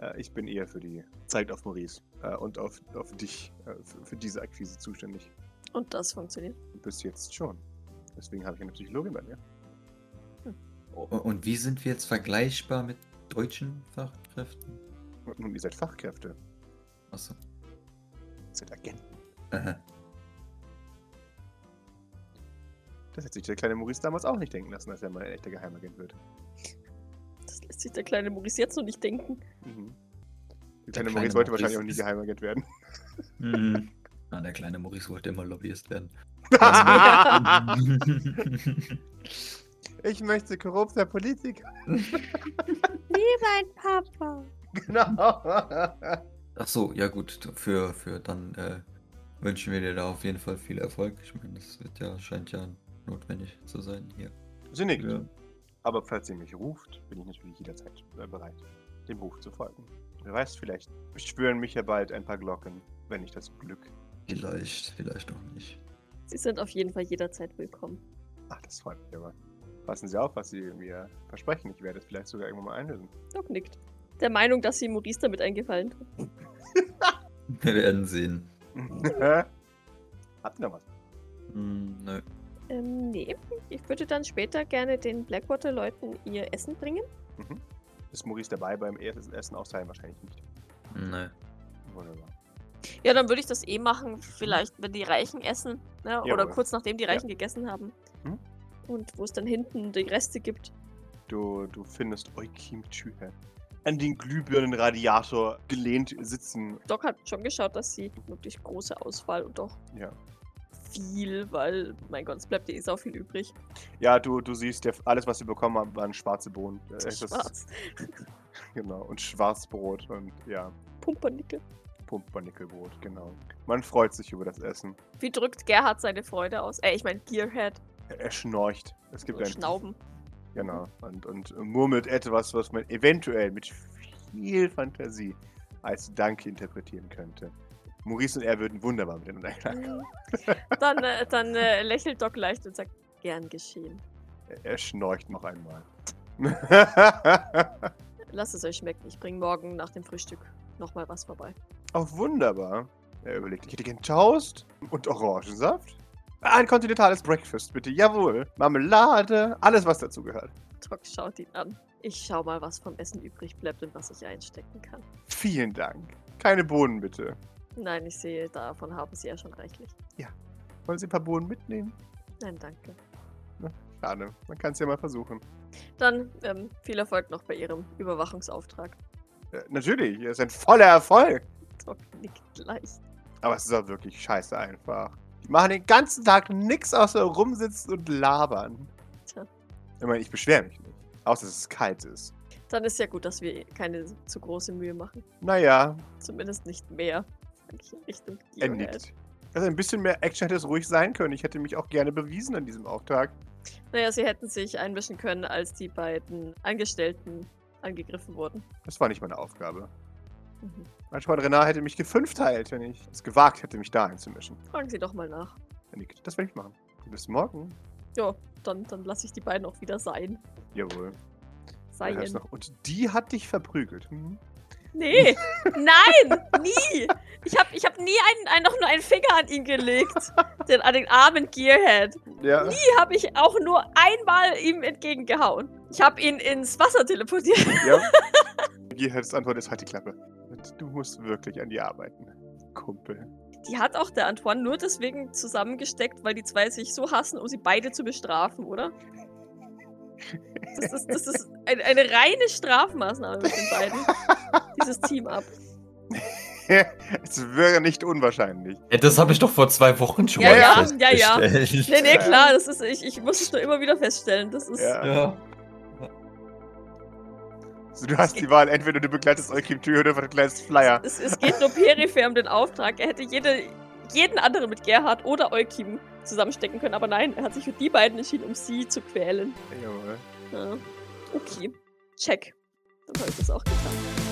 Äh, ich bin eher für die Zeit auf Maurice äh, und auf, auf dich äh, für, für diese Akquise zuständig.
Und das funktioniert.
Bis jetzt schon. Deswegen habe ich eine Psychologin bei mir.
O- Und wie sind wir jetzt vergleichbar mit deutschen Fachkräften?
Und nun, ihr seid Fachkräfte.
Achso.
Ihr seid Agenten.
Aha.
Das hätte sich der kleine Maurice damals auch nicht denken lassen, dass er mal ein echter Geheimagent wird.
Das lässt sich der kleine Maurice jetzt noch nicht denken.
Mhm. Die
Der
kleine
kleine
Maurice
Maurice
wollte wahrscheinlich auch nie
ist-
Geheimagent werden.
Mhm. Na, der kleine Maurice wollte immer Lobbyist werden.
ich möchte korrupter Politiker.
Wie mein Papa.
Genau.
Ach so, ja gut, für, für dann äh, wünschen wir dir da auf jeden Fall viel Erfolg. Ich meine, das wird ja, scheint ja notwendig zu sein hier.
Sie nickt.
Ja.
Aber falls ihr mich ruft, bin ich natürlich jederzeit äh, bereit, dem Ruf zu folgen. Wer weiß, vielleicht schwören mich ja bald ein paar Glocken, wenn ich das Glück.
Vielleicht, vielleicht auch nicht.
Sie sind auf jeden Fall jederzeit willkommen.
Ach, das freut mich aber. Passen Sie auf, was Sie mir versprechen. Ich werde es vielleicht sogar irgendwann mal einlösen.
Doc nickt. Der Meinung, dass sie Maurice damit eingefallen tut.
Wir werden sehen.
Habt ihr noch was?
Hm, nö.
Ähm, nee. Ich würde dann später gerne den Blackwater-Leuten ihr Essen bringen.
Mhm. Ist Maurice dabei beim ersten Essen austeilen? Wahrscheinlich nicht.
Nö.
Wunderbar.
Ja, dann würde ich das eh machen, vielleicht, wenn die Reichen essen. Ne? Oder
Jawohl.
kurz nachdem die Reichen gegessen haben.
Mhm.
Und wo es dann hinten die Reste gibt.
Du, du findest Eukim Tühe an den Glühbirnenradiator gelehnt sitzen.
Doc hat schon geschaut, dass sie wirklich große Auswahl und auch
Ja.
viel, weil, mein Gott, es bleibt dir eh sau viel übrig.
Ja, du, du siehst, der, alles, was sie bekommen haben, waren schwarze Bohnen. Äh, das-
Schwarz.
Genau, und Schwarzbrot und ja,
Pumpernickel.
Pumpernickelbrot, genau. Man freut sich über das Essen.
Wie drückt Gerhard seine Freude aus? Äh, ich meine Gearhead.
Er, er schnorcht. Es gibt
Oder
ein.
Schnauben.
Genau. Und, und murmelt etwas, was man eventuell mit viel Fantasie als Dank interpretieren könnte. Maurice und er würden wunderbar miteinander klarkommen.
Dann, äh, dann äh, lächelt Doc leicht und sagt, gern geschehen.
Er, er schnorcht noch einmal.
Lasst es euch schmecken. Ich bringe morgen nach dem Frühstück nochmal was vorbei.
Auch wunderbar. Er überlegt, ich hätte gern Toast und Orangensaft. Ein kontinentales Breakfast, bitte. Jawohl. Marmelade, alles, was dazugehört.
Doc schaut ihn an. Ich schau mal, was vom Essen übrig bleibt und was ich einstecken kann.
Vielen Dank. Keine Bohnen bitte.
Nein, ich sehe, davon haben sie ja schon reichlich.
Wollen Sie ein paar Bohnen mitnehmen?
Nein, danke.
Schade, man kann es ja mal versuchen.
Dann ähm, viel Erfolg noch bei ihrem Überwachungsauftrag.
Äh, natürlich, es ist ein voller Erfolg.
Doc nickt leicht.
Aber es ist auch wirklich scheiße einfach. Die machen den ganzen Tag nichts außer rumsitzen und labern.
Tja.
Ich meine, ich beschwere mich nicht. Außer, dass es kalt ist.
Dann ist ja gut, dass wir keine zu große Mühe machen.
Naja,
Zumindest nicht mehr. Sag ich in Richtung
er
Gearhead.
nickt. Also ein bisschen mehr Action hätte es ruhig sein können. Ich hätte mich auch gerne bewiesen an diesem Auftrag.
Naja, sie hätten sich einmischen können, als die beiden Angestellten angegriffen wurden. Mhm.
Das war nicht meine Aufgabe. Manchmal Renard hätte mich gefünfteilt, wenn ich es gewagt hätte, mich da einzumischen.
Fragen Sie doch mal nach.
Er nickt. Das werde ich machen. Bis morgen.
Ja, dann, dann lasse ich die beiden auch wieder sein.
Jawohl. Dann hörst
Seien.
du noch, Und die hat dich verprügelt. Hm?
Nee, nein, nie. Ich habe ich hab nie einen, einen, noch nur einen Finger an ihn gelegt. Den, an den armen Gearhead.
Ja.
Die habe ich auch nur einmal ihm entgegengehauen. Ich habe ihn ins Wasser teleportiert.
ja. Gearheads Antwort ist halt die Klappe. Du musst wirklich an dir arbeiten, Kumpel.
Die hat auch der Antoine nur deswegen zusammengesteckt, weil die zwei sich so hassen, um sie beide zu bestrafen, oder? Das ist, das ist ein, eine reine Strafmaßnahme mit den beiden. Dieses Team-Up.
es wäre nicht unwahrscheinlich.
Ja, das habe ich doch vor zwei Wochen schon
Ja,
mal
ja, ja, ja.
festgestellt.
Nee, nee, klar, das ist, ich, ich muss es nur immer wieder feststellen. Das ist.
Ja.
Ja.
Also, du hast die Wahl, entweder du begleitest Eukim Tür oder begleitest Flyer.
Es, es geht nur peripher um den Auftrag. Er hätte jede, jeden anderen mit Gerhard oder Eukim zusammenstecken können, aber nein, er hat sich für die beiden entschieden, um sie zu quälen.
Jawohl.
Ja. Okay, check. Dann habe ich das auch getan.